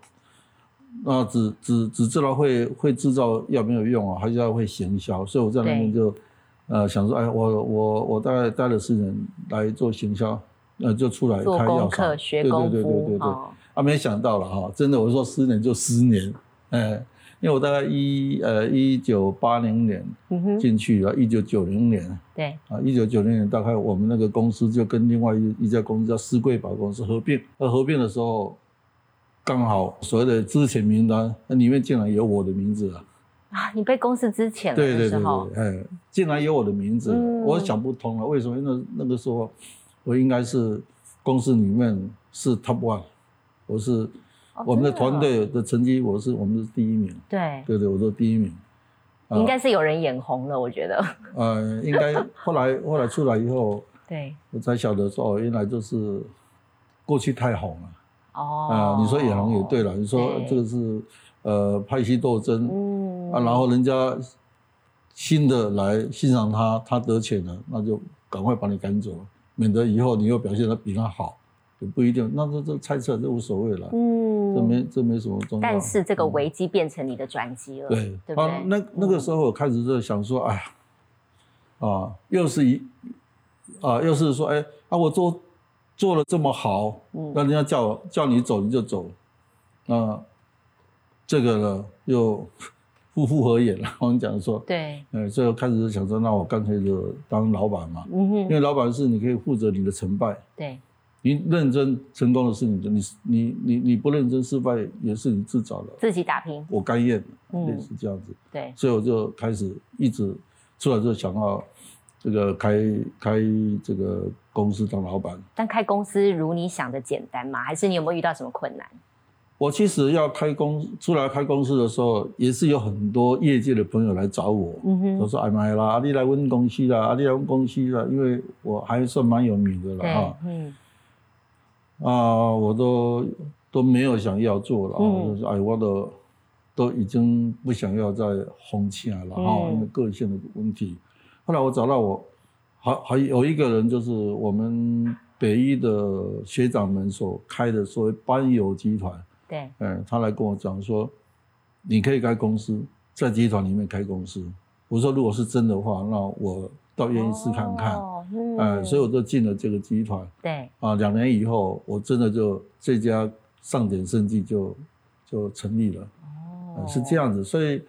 [SPEAKER 1] 那只只只知道会会制造药没有用啊，还是要会行销，所以我在那边就，呃，想说，哎，我我我大概待了四年来做行销，呃，就出来
[SPEAKER 2] 做
[SPEAKER 1] 开药
[SPEAKER 2] 功
[SPEAKER 1] 厂
[SPEAKER 2] 课、，学
[SPEAKER 1] 对
[SPEAKER 2] 功夫，
[SPEAKER 1] 对对对对对。
[SPEAKER 2] 哦
[SPEAKER 1] 啊，没想到了哈、真的，我说十年就十年，哎，因为我大概一呃一九八零年
[SPEAKER 2] 嗯哼，
[SPEAKER 1] 进去了，啊一九九零年
[SPEAKER 2] 对，
[SPEAKER 1] 啊，一九九零年大概我们那个公司就跟另外一一家公司叫思贵宝公司合并，而合并的时候，刚好所谓的之前名单那里面竟然有我的名字啊，
[SPEAKER 2] 啊，你被公司之前了
[SPEAKER 1] 对
[SPEAKER 2] 的
[SPEAKER 1] 对
[SPEAKER 2] 时
[SPEAKER 1] 对
[SPEAKER 2] 候
[SPEAKER 1] 对，，哎，竟然有我的名字，
[SPEAKER 2] 嗯
[SPEAKER 1] 我想不通了，为什么？那那个时候我应该是公司里面是 top one，我是
[SPEAKER 2] 哦
[SPEAKER 1] 我们的
[SPEAKER 2] 真的啊
[SPEAKER 1] 团队的成绩，我是我们是第一名，
[SPEAKER 2] 对，
[SPEAKER 1] 对对，我都第一名。啊
[SPEAKER 2] 应该是有人眼红了，我觉得，嗯
[SPEAKER 1] 呃，应该后来后来出来以后，
[SPEAKER 2] 对，
[SPEAKER 1] 我才晓得说哦，原来就是过去太红了。啊、
[SPEAKER 2] 哦，
[SPEAKER 1] 你说眼红也对，了，你说
[SPEAKER 2] 对
[SPEAKER 1] 这个是呃派系斗争，
[SPEAKER 2] 嗯
[SPEAKER 1] 啊，然后人家新的来欣赏他，他得逞了，那就赶快把你赶走，免得以后你又表现得比他好，也不一定。那这这猜测这无所谓了，这
[SPEAKER 2] 嗯，
[SPEAKER 1] 没这没什么重要。
[SPEAKER 2] 但是这个
[SPEAKER 1] 嗯
[SPEAKER 2] 危机变成你的转机了，
[SPEAKER 1] 对
[SPEAKER 2] 对不
[SPEAKER 1] 啊
[SPEAKER 2] 对，？嗯
[SPEAKER 1] 那那个时候我开始就想说，哎呀，啊，又是一啊，又是说，哎，啊，我做做的这么好，
[SPEAKER 2] 嗯
[SPEAKER 1] 那人家叫我叫你走你就走，那这个呢又夫复合眼了。 我们讲说，
[SPEAKER 2] 对，
[SPEAKER 1] 呃，最后开始就想说，那我干脆就当老板嘛，
[SPEAKER 2] 嗯
[SPEAKER 1] 因
[SPEAKER 2] 哼，
[SPEAKER 1] 为老板是你可以负责你的成败，
[SPEAKER 2] 对，
[SPEAKER 1] 你认真成功的是你的，你你你你不认真失败也是你自找的，
[SPEAKER 2] 自己打拼，
[SPEAKER 1] 我甘愿，
[SPEAKER 2] 嗯
[SPEAKER 1] 类似这样子。
[SPEAKER 2] 对，
[SPEAKER 1] 所以我就开始一直出来就想要这个开开这个公司当老板。
[SPEAKER 2] 但开公司如你想的简单吗？还是你有没有遇到什么困难？
[SPEAKER 1] 我其实要开公出来开公司的时候，也是有很多业界的朋友来找我，
[SPEAKER 2] 嗯
[SPEAKER 1] 我
[SPEAKER 2] 哼，
[SPEAKER 1] 说哎妈呀啦，啊你来问公司啦，啊你来问公司啦，因为我还算蛮有名的
[SPEAKER 2] 对
[SPEAKER 1] 了哈，
[SPEAKER 2] 嗯，
[SPEAKER 1] 啊我都都没有想要做了啊，
[SPEAKER 2] 嗯
[SPEAKER 1] 就是哎我都都已经不想要再红起来了哈，
[SPEAKER 2] 嗯
[SPEAKER 1] 因为个性的问题。后来我找到我，还还有一个人，就是我们北医的学长们所开的所谓班友集团，
[SPEAKER 2] 对，
[SPEAKER 1] 嗯，他来跟我讲说，你可以开公司，在集团里面开公司。我说如果是真的话，那我倒愿意试看看。
[SPEAKER 2] 哦嗯
[SPEAKER 1] 哎、所以我就进了这个集团
[SPEAKER 2] 对，
[SPEAKER 1] 啊。两年以后，我真的就这家上点生技就就成立了、呃
[SPEAKER 2] 哦
[SPEAKER 1] 是这，样子。所以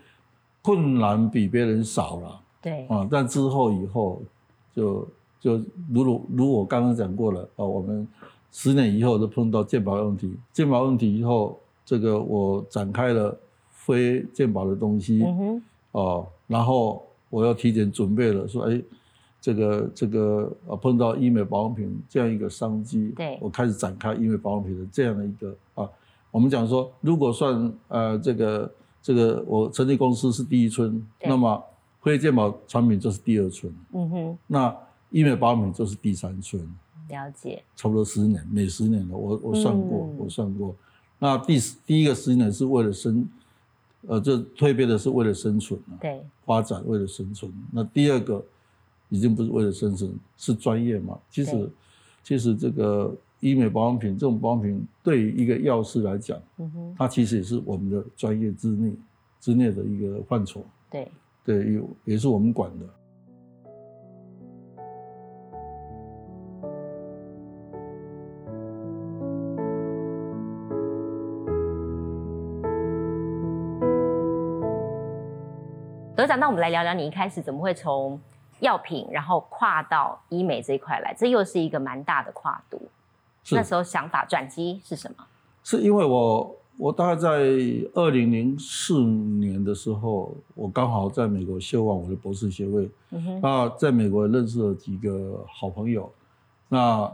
[SPEAKER 1] 困难比别人少了啊
[SPEAKER 2] 对，
[SPEAKER 1] 啊，但之后以后就就如如如我刚刚讲过了啊，我们十年以后都碰到健保问题，健保问题以后，这个我展开了非健保的东西，
[SPEAKER 2] 嗯哼，
[SPEAKER 1] 哦，然后我要提前准备了，说哎，这个这个啊，碰到医美保养品这样一个商机，
[SPEAKER 2] 对
[SPEAKER 1] 我开始展开医美保养品的这样的一个啊，我们讲说，如果算呃这个这个我成立公司是第一春，
[SPEAKER 2] 对
[SPEAKER 1] 那么辉健保产品就是第二春，
[SPEAKER 2] 嗯哼，
[SPEAKER 1] 那医美保养品就是第三春，
[SPEAKER 2] 了解，
[SPEAKER 1] 差不多十年，每十年了，我我算过，
[SPEAKER 2] 嗯
[SPEAKER 1] 我算过。那第十第一个十年是为了生，呃，这蜕变的是为了生存啊，
[SPEAKER 2] 对，
[SPEAKER 1] 发展为了生存。那第二个已经不是为了生存，是专业嘛？其
[SPEAKER 2] 对
[SPEAKER 1] 实，其实这个医美保养品这种保养品，对于一个药师来讲，
[SPEAKER 2] 嗯哼，
[SPEAKER 1] 它其实也是我们的专业之内之内的一个范畴，
[SPEAKER 2] 对，
[SPEAKER 1] 对，也也是我们管的。
[SPEAKER 2] 德长，那我们来聊聊你一开始怎么会从药品，然后跨到医美这一块来，这又是一个蛮大的跨度。
[SPEAKER 1] 是
[SPEAKER 2] 那时候想法转机是什么？
[SPEAKER 1] 是因为我我大概在二零零四年的时候，我刚好在美国修完我的博士学位，
[SPEAKER 2] 嗯哼，
[SPEAKER 1] 那在美国认识了几个好朋友，那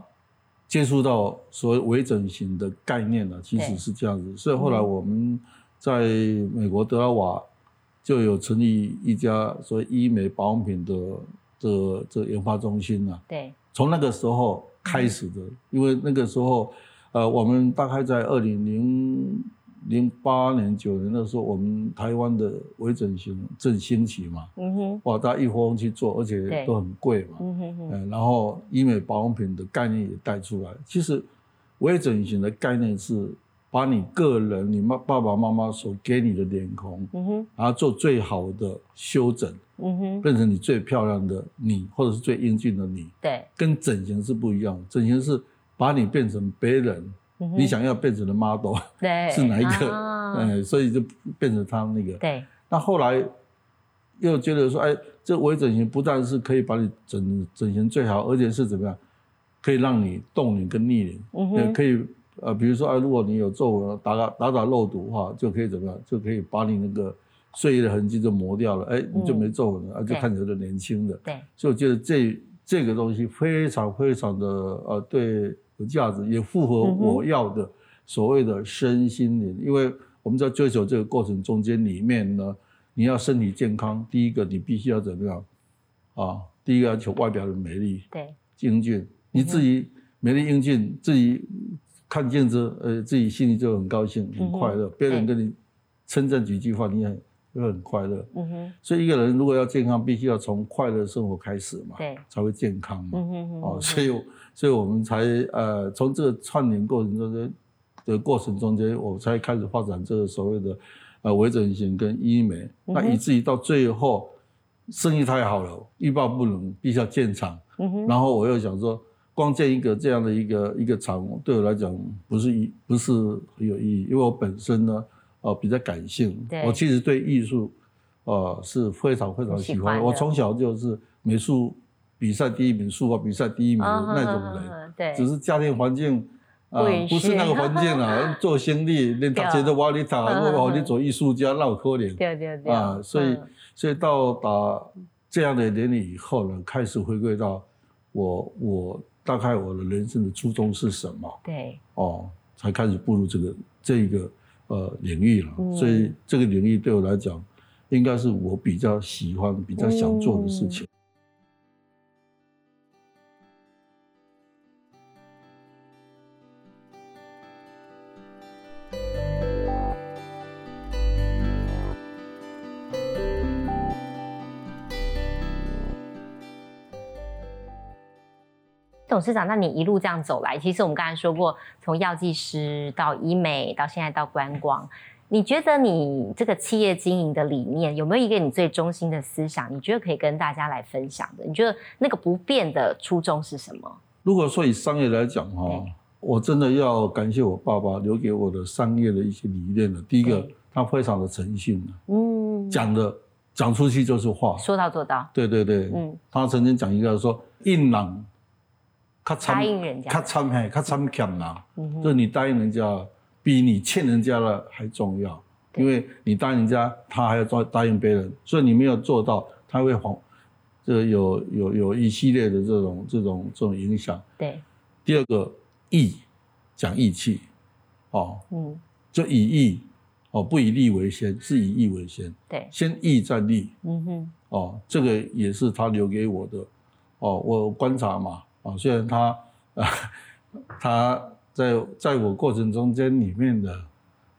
[SPEAKER 1] 接触到所谓微整形的概念呢、其
[SPEAKER 2] 对
[SPEAKER 1] 实是这样子。所以后来我们在美国德拉瓦就有成立一家所谓医美保养品的的这研发中心啊。
[SPEAKER 2] 对，
[SPEAKER 1] 从那个时候开始的，因为那个时候，呃，我们大概在二零零零八年、九年的时候，我们台湾的微整形正兴起嘛，
[SPEAKER 2] 嗯哼，
[SPEAKER 1] 哇，大家一窝蜂去做，而且
[SPEAKER 2] 对
[SPEAKER 1] 都很贵嘛，
[SPEAKER 2] 嗯哼哼，
[SPEAKER 1] 嗯，然后医美保养品的概念也带出来。其实，微整形的概念是把你个人、你妈爸爸妈妈所给你的脸孔，
[SPEAKER 2] 嗯哼，
[SPEAKER 1] 然后做最好的修整，
[SPEAKER 2] 嗯哼，
[SPEAKER 1] 变成你最漂亮的你，或者是最英俊的你。
[SPEAKER 2] 对，
[SPEAKER 1] 跟整形是不一样的，整形是把你变成别人，
[SPEAKER 2] 嗯哼
[SPEAKER 1] 你想要变成的 model
[SPEAKER 2] 对
[SPEAKER 1] 是哪一个？
[SPEAKER 2] 啊
[SPEAKER 1] 哎、所以就变成他那个。
[SPEAKER 2] 对，
[SPEAKER 1] 那后来又觉得说，哎，这微整形不但是可以把你整整形最好，而且是怎么样，可以让你动脸跟逆脸，
[SPEAKER 2] 嗯
[SPEAKER 1] 也
[SPEAKER 2] 哼，
[SPEAKER 1] 可以呃，比如说啊，如果你有皱纹，打打打打肉毒的话，就可以怎么样，就可以把你那个岁月的痕迹就磨掉了，哎，你就没皱纹了，啊，就
[SPEAKER 2] 嗯对
[SPEAKER 1] 看起来就年轻了。
[SPEAKER 2] 对，
[SPEAKER 1] 所以我觉得这这个东西非常非常的呃，对有价值，也符合
[SPEAKER 2] 嗯哼
[SPEAKER 1] 我要的所谓的身心灵。因为我们在追求这个过程中间里面呢，你要身体健康，第一个你必须要怎么样啊？第一个要求外表的美丽
[SPEAKER 2] 对，
[SPEAKER 1] 英俊，你自
[SPEAKER 2] 嗯
[SPEAKER 1] 己美丽英俊，自己看镜子，呃，自己心里就很高兴，
[SPEAKER 2] 嗯
[SPEAKER 1] 很
[SPEAKER 2] 哼
[SPEAKER 1] 快乐。别人
[SPEAKER 2] 对
[SPEAKER 1] 跟你称赞几句话，你也很会很快乐。
[SPEAKER 2] 嗯哼，
[SPEAKER 1] 所以一个人如果要健康，必须要从快乐生活开始嘛，
[SPEAKER 2] 对，
[SPEAKER 1] 才会健康嘛。
[SPEAKER 2] 嗯哼哼，
[SPEAKER 1] 哦，
[SPEAKER 2] 嗯
[SPEAKER 1] 所以我所以我们才呃从这个串联过程中间的过程中间，我才开始发展这个所谓的呃微整形跟医美，
[SPEAKER 2] 嗯哼
[SPEAKER 1] 那以至于到最后生意太好了，欲罢不能，必须要建厂。
[SPEAKER 2] 嗯哼，
[SPEAKER 1] 然后我又想说，光建一个这样的一个一个厂，对我来讲不是一不是很有意义，因为我本身呢，呃，比较感性
[SPEAKER 2] 对，
[SPEAKER 1] 我其实对艺术，呃，是非常非常
[SPEAKER 2] 喜
[SPEAKER 1] 喜
[SPEAKER 2] 欢
[SPEAKER 1] 欢。
[SPEAKER 2] 的
[SPEAKER 1] 我从小就是美术比赛第一名、书法比赛第一名
[SPEAKER 2] 嗯啊
[SPEAKER 1] 的哦那种人，
[SPEAKER 2] 人，对，
[SPEAKER 1] 只是家庭环境。啊
[SPEAKER 2] 不允，许
[SPEAKER 1] 不是那个环境 啊，做生意，连
[SPEAKER 2] 对
[SPEAKER 1] 大家都挖你塔，
[SPEAKER 2] 嗯嗯
[SPEAKER 1] 我
[SPEAKER 2] 嗯
[SPEAKER 1] 你做艺术家，那有可怜。
[SPEAKER 2] 对对对
[SPEAKER 1] 啊，所以
[SPEAKER 2] 嗯
[SPEAKER 1] 所以到达这样的年龄以后呢，开始回归到我我大概我的人生的初衷是什么
[SPEAKER 2] 对，
[SPEAKER 1] 哦，才开始步入这个这个呃领域了。
[SPEAKER 2] 嗯
[SPEAKER 1] 所以这个领域对我来讲，应该是我比较喜欢、比较想做的事
[SPEAKER 2] 嗯
[SPEAKER 1] 情。
[SPEAKER 2] 董事长，那你一路这样走来，其实我们刚才说过，从药剂师到医美，到现在到观光，你觉得你这个企业经营的理念有没有一个你最中心的思想？你觉得可以跟大家来分享的？你觉得那个不变的初衷是什么？
[SPEAKER 1] 如果说以商业来讲哈、
[SPEAKER 2] 对
[SPEAKER 1] 我真的要感谢我爸爸留给我的商业的一些理念了。第一个
[SPEAKER 2] 对，
[SPEAKER 1] 他非常的诚信啊
[SPEAKER 2] 嗯，
[SPEAKER 1] 讲的讲出去就是话。
[SPEAKER 2] 说到做到，
[SPEAKER 1] 对对对，
[SPEAKER 2] 嗯，
[SPEAKER 1] 他曾经讲一个说，硬朗，他
[SPEAKER 2] 答
[SPEAKER 1] 参
[SPEAKER 2] 应人
[SPEAKER 1] 他
[SPEAKER 2] 家，
[SPEAKER 1] 参嘿，他参强啦，
[SPEAKER 2] 嗯
[SPEAKER 1] 就是
[SPEAKER 2] 哼，
[SPEAKER 1] 你答应人家，比你欠人家的还重要，
[SPEAKER 2] 对
[SPEAKER 1] 因为你答应人家，他还要答答应别人，所以你没有做到，他会还，这有有有一系列的这种这种这种影响。
[SPEAKER 2] 对，
[SPEAKER 1] 第二个义，讲义气，哦，
[SPEAKER 2] 嗯，
[SPEAKER 1] 就以义，哦，不以利为先，是以义为先，
[SPEAKER 2] 对，
[SPEAKER 1] 先义再利，
[SPEAKER 2] 嗯哼，
[SPEAKER 1] 哦，这个也是他留给我的，哦，我观察嘛，啊、虽然他， 啊，他在在我过程中间里面的，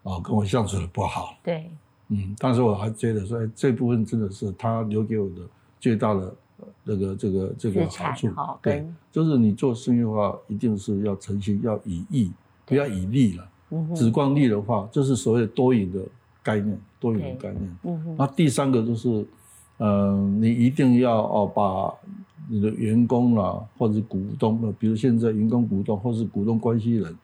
[SPEAKER 1] 啊、跟我相处的不好，
[SPEAKER 2] 对，
[SPEAKER 1] 嗯，但是我还觉得说，哎，这部分真的是他留给我的最大的呃那个这个这个
[SPEAKER 2] 资
[SPEAKER 1] 好
[SPEAKER 2] 产
[SPEAKER 1] 处
[SPEAKER 2] 哈，，
[SPEAKER 1] 对，
[SPEAKER 2] 跟
[SPEAKER 1] 就是你做生意的话，一定是要诚心，要以义，不要以利了。
[SPEAKER 2] 嗯
[SPEAKER 1] 只
[SPEAKER 2] 哼，
[SPEAKER 1] 光利的话，就是所谓的多赢的概念，多赢的
[SPEAKER 2] 对
[SPEAKER 1] 概念。
[SPEAKER 2] 嗯哼，
[SPEAKER 1] 那第三个就是，呃，你一定要哦，把你的员工啦、或者是股东，呃比如现在员工、股东或是股东关系人，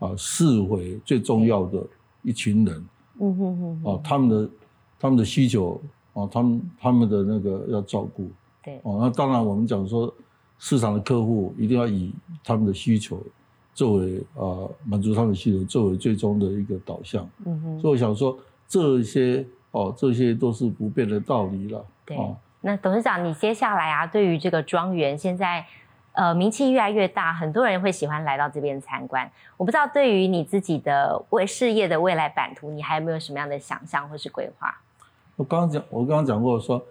[SPEAKER 1] 啊，视为最重要的一群人
[SPEAKER 2] 嗯哼哼，
[SPEAKER 1] 啊
[SPEAKER 2] 哼，
[SPEAKER 1] 他们的他们的需求啊，他们他们的那个要照顾
[SPEAKER 2] 对，
[SPEAKER 1] 哦。那当然，我们讲说市场的客户一定要以他们的需求作为啊，满足他们的需求作为最终的一个导向。
[SPEAKER 2] 嗯哼，
[SPEAKER 1] 所以我想说，这些哦，这些都是不变的道理了。
[SPEAKER 2] 对
[SPEAKER 1] 哦，
[SPEAKER 2] 那董事长，你接下来啊，对于这个庄园现在。呃，名气越来越大，很多人会喜欢来到这边参观。我不知道对于你自己的未事业的未来版图，你还有没有什么样的想象或是规划？
[SPEAKER 1] 我刚刚讲，我刚刚讲过说，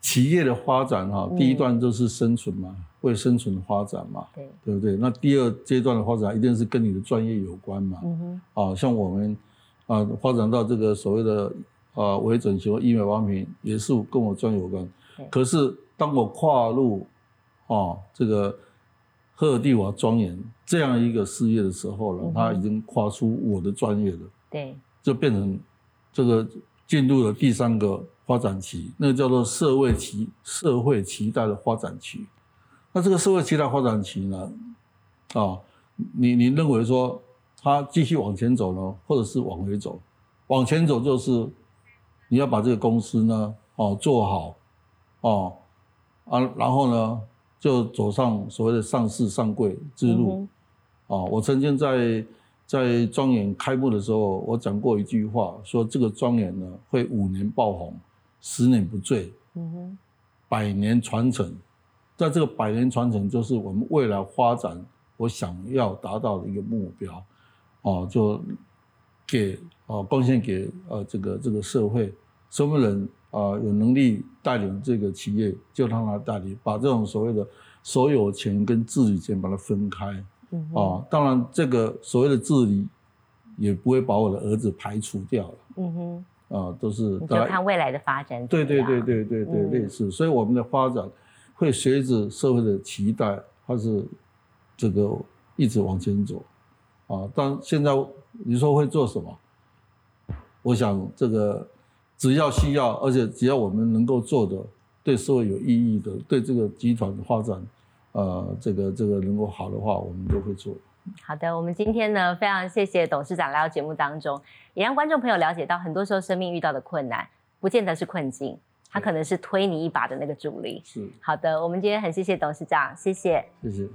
[SPEAKER 1] 企业的发展哈、
[SPEAKER 2] 嗯
[SPEAKER 1] 第一段就是生存嘛，为生存发展嘛，
[SPEAKER 2] 对，
[SPEAKER 1] 对不对？那第二阶段的发展一定是跟你的专业有关嘛。
[SPEAKER 2] 嗯哼，
[SPEAKER 1] 啊，像我们啊，发展到这个所谓的啊微整形、医美保养品，也是跟我专业有关
[SPEAKER 2] 对。
[SPEAKER 1] 可是当我跨入啊这个赫尔蒂瓦庄园这样一个事业的时候
[SPEAKER 2] 嗯
[SPEAKER 1] 了
[SPEAKER 2] 哼，
[SPEAKER 1] 它已经跨出我的专业了，
[SPEAKER 2] 对，
[SPEAKER 1] 就变成这个进入了第三个发展期，那个叫做社会期、社会期待的发展期。那这个社会期待发展期呢，啊，你你认为说它继续往前走呢，或者是往回走？往前走就是你要把这个公司呢，哦，做好，哦，啊，然后呢，就走上所谓的上市上柜之路。
[SPEAKER 2] 嗯
[SPEAKER 1] 啊，我曾经在在庄园开幕的时候，我讲过一句话，说这个庄园呢会五年爆红，十年不醉，
[SPEAKER 2] 嗯哼，
[SPEAKER 1] 百年传承。在这个百年传承，就是我们未来发展我想要达到的一个目标，哦，就给哦贡献给呃这个这个社会，什么人啊、有能力带领这个企业，就让他带领，把这种所谓的所有权跟治理权把它分开。
[SPEAKER 2] 嗯哼，
[SPEAKER 1] 哦，当然这个所谓的治理，也不会把我的儿子排除掉了
[SPEAKER 2] 嗯哼，
[SPEAKER 1] 啊、都是
[SPEAKER 2] 你
[SPEAKER 1] 大
[SPEAKER 2] 就
[SPEAKER 1] 家
[SPEAKER 2] 看未来的发展怎
[SPEAKER 1] 对
[SPEAKER 2] 么
[SPEAKER 1] 对
[SPEAKER 2] 样。
[SPEAKER 1] 对对对对、
[SPEAKER 2] 嗯
[SPEAKER 1] 类似，所以我们的发展会随着社会的期待，它是这个一直往前走啊。但现在你说会做什么？我想这个只要需要，而且只要我们能够做的，对社会有意义的，对这个集团的发展，呃，这个这个能够好的话，我们都会做。
[SPEAKER 2] 好的，我们今天呢，非常谢谢董事长来到节目当中，也让观众朋友了解到，很多时候生命遇到的困难，不见得是困境，它可能是推你一把的那个助力。
[SPEAKER 1] 是，
[SPEAKER 2] 好的，我们今天很谢谢董事长，谢谢。
[SPEAKER 1] 谢谢。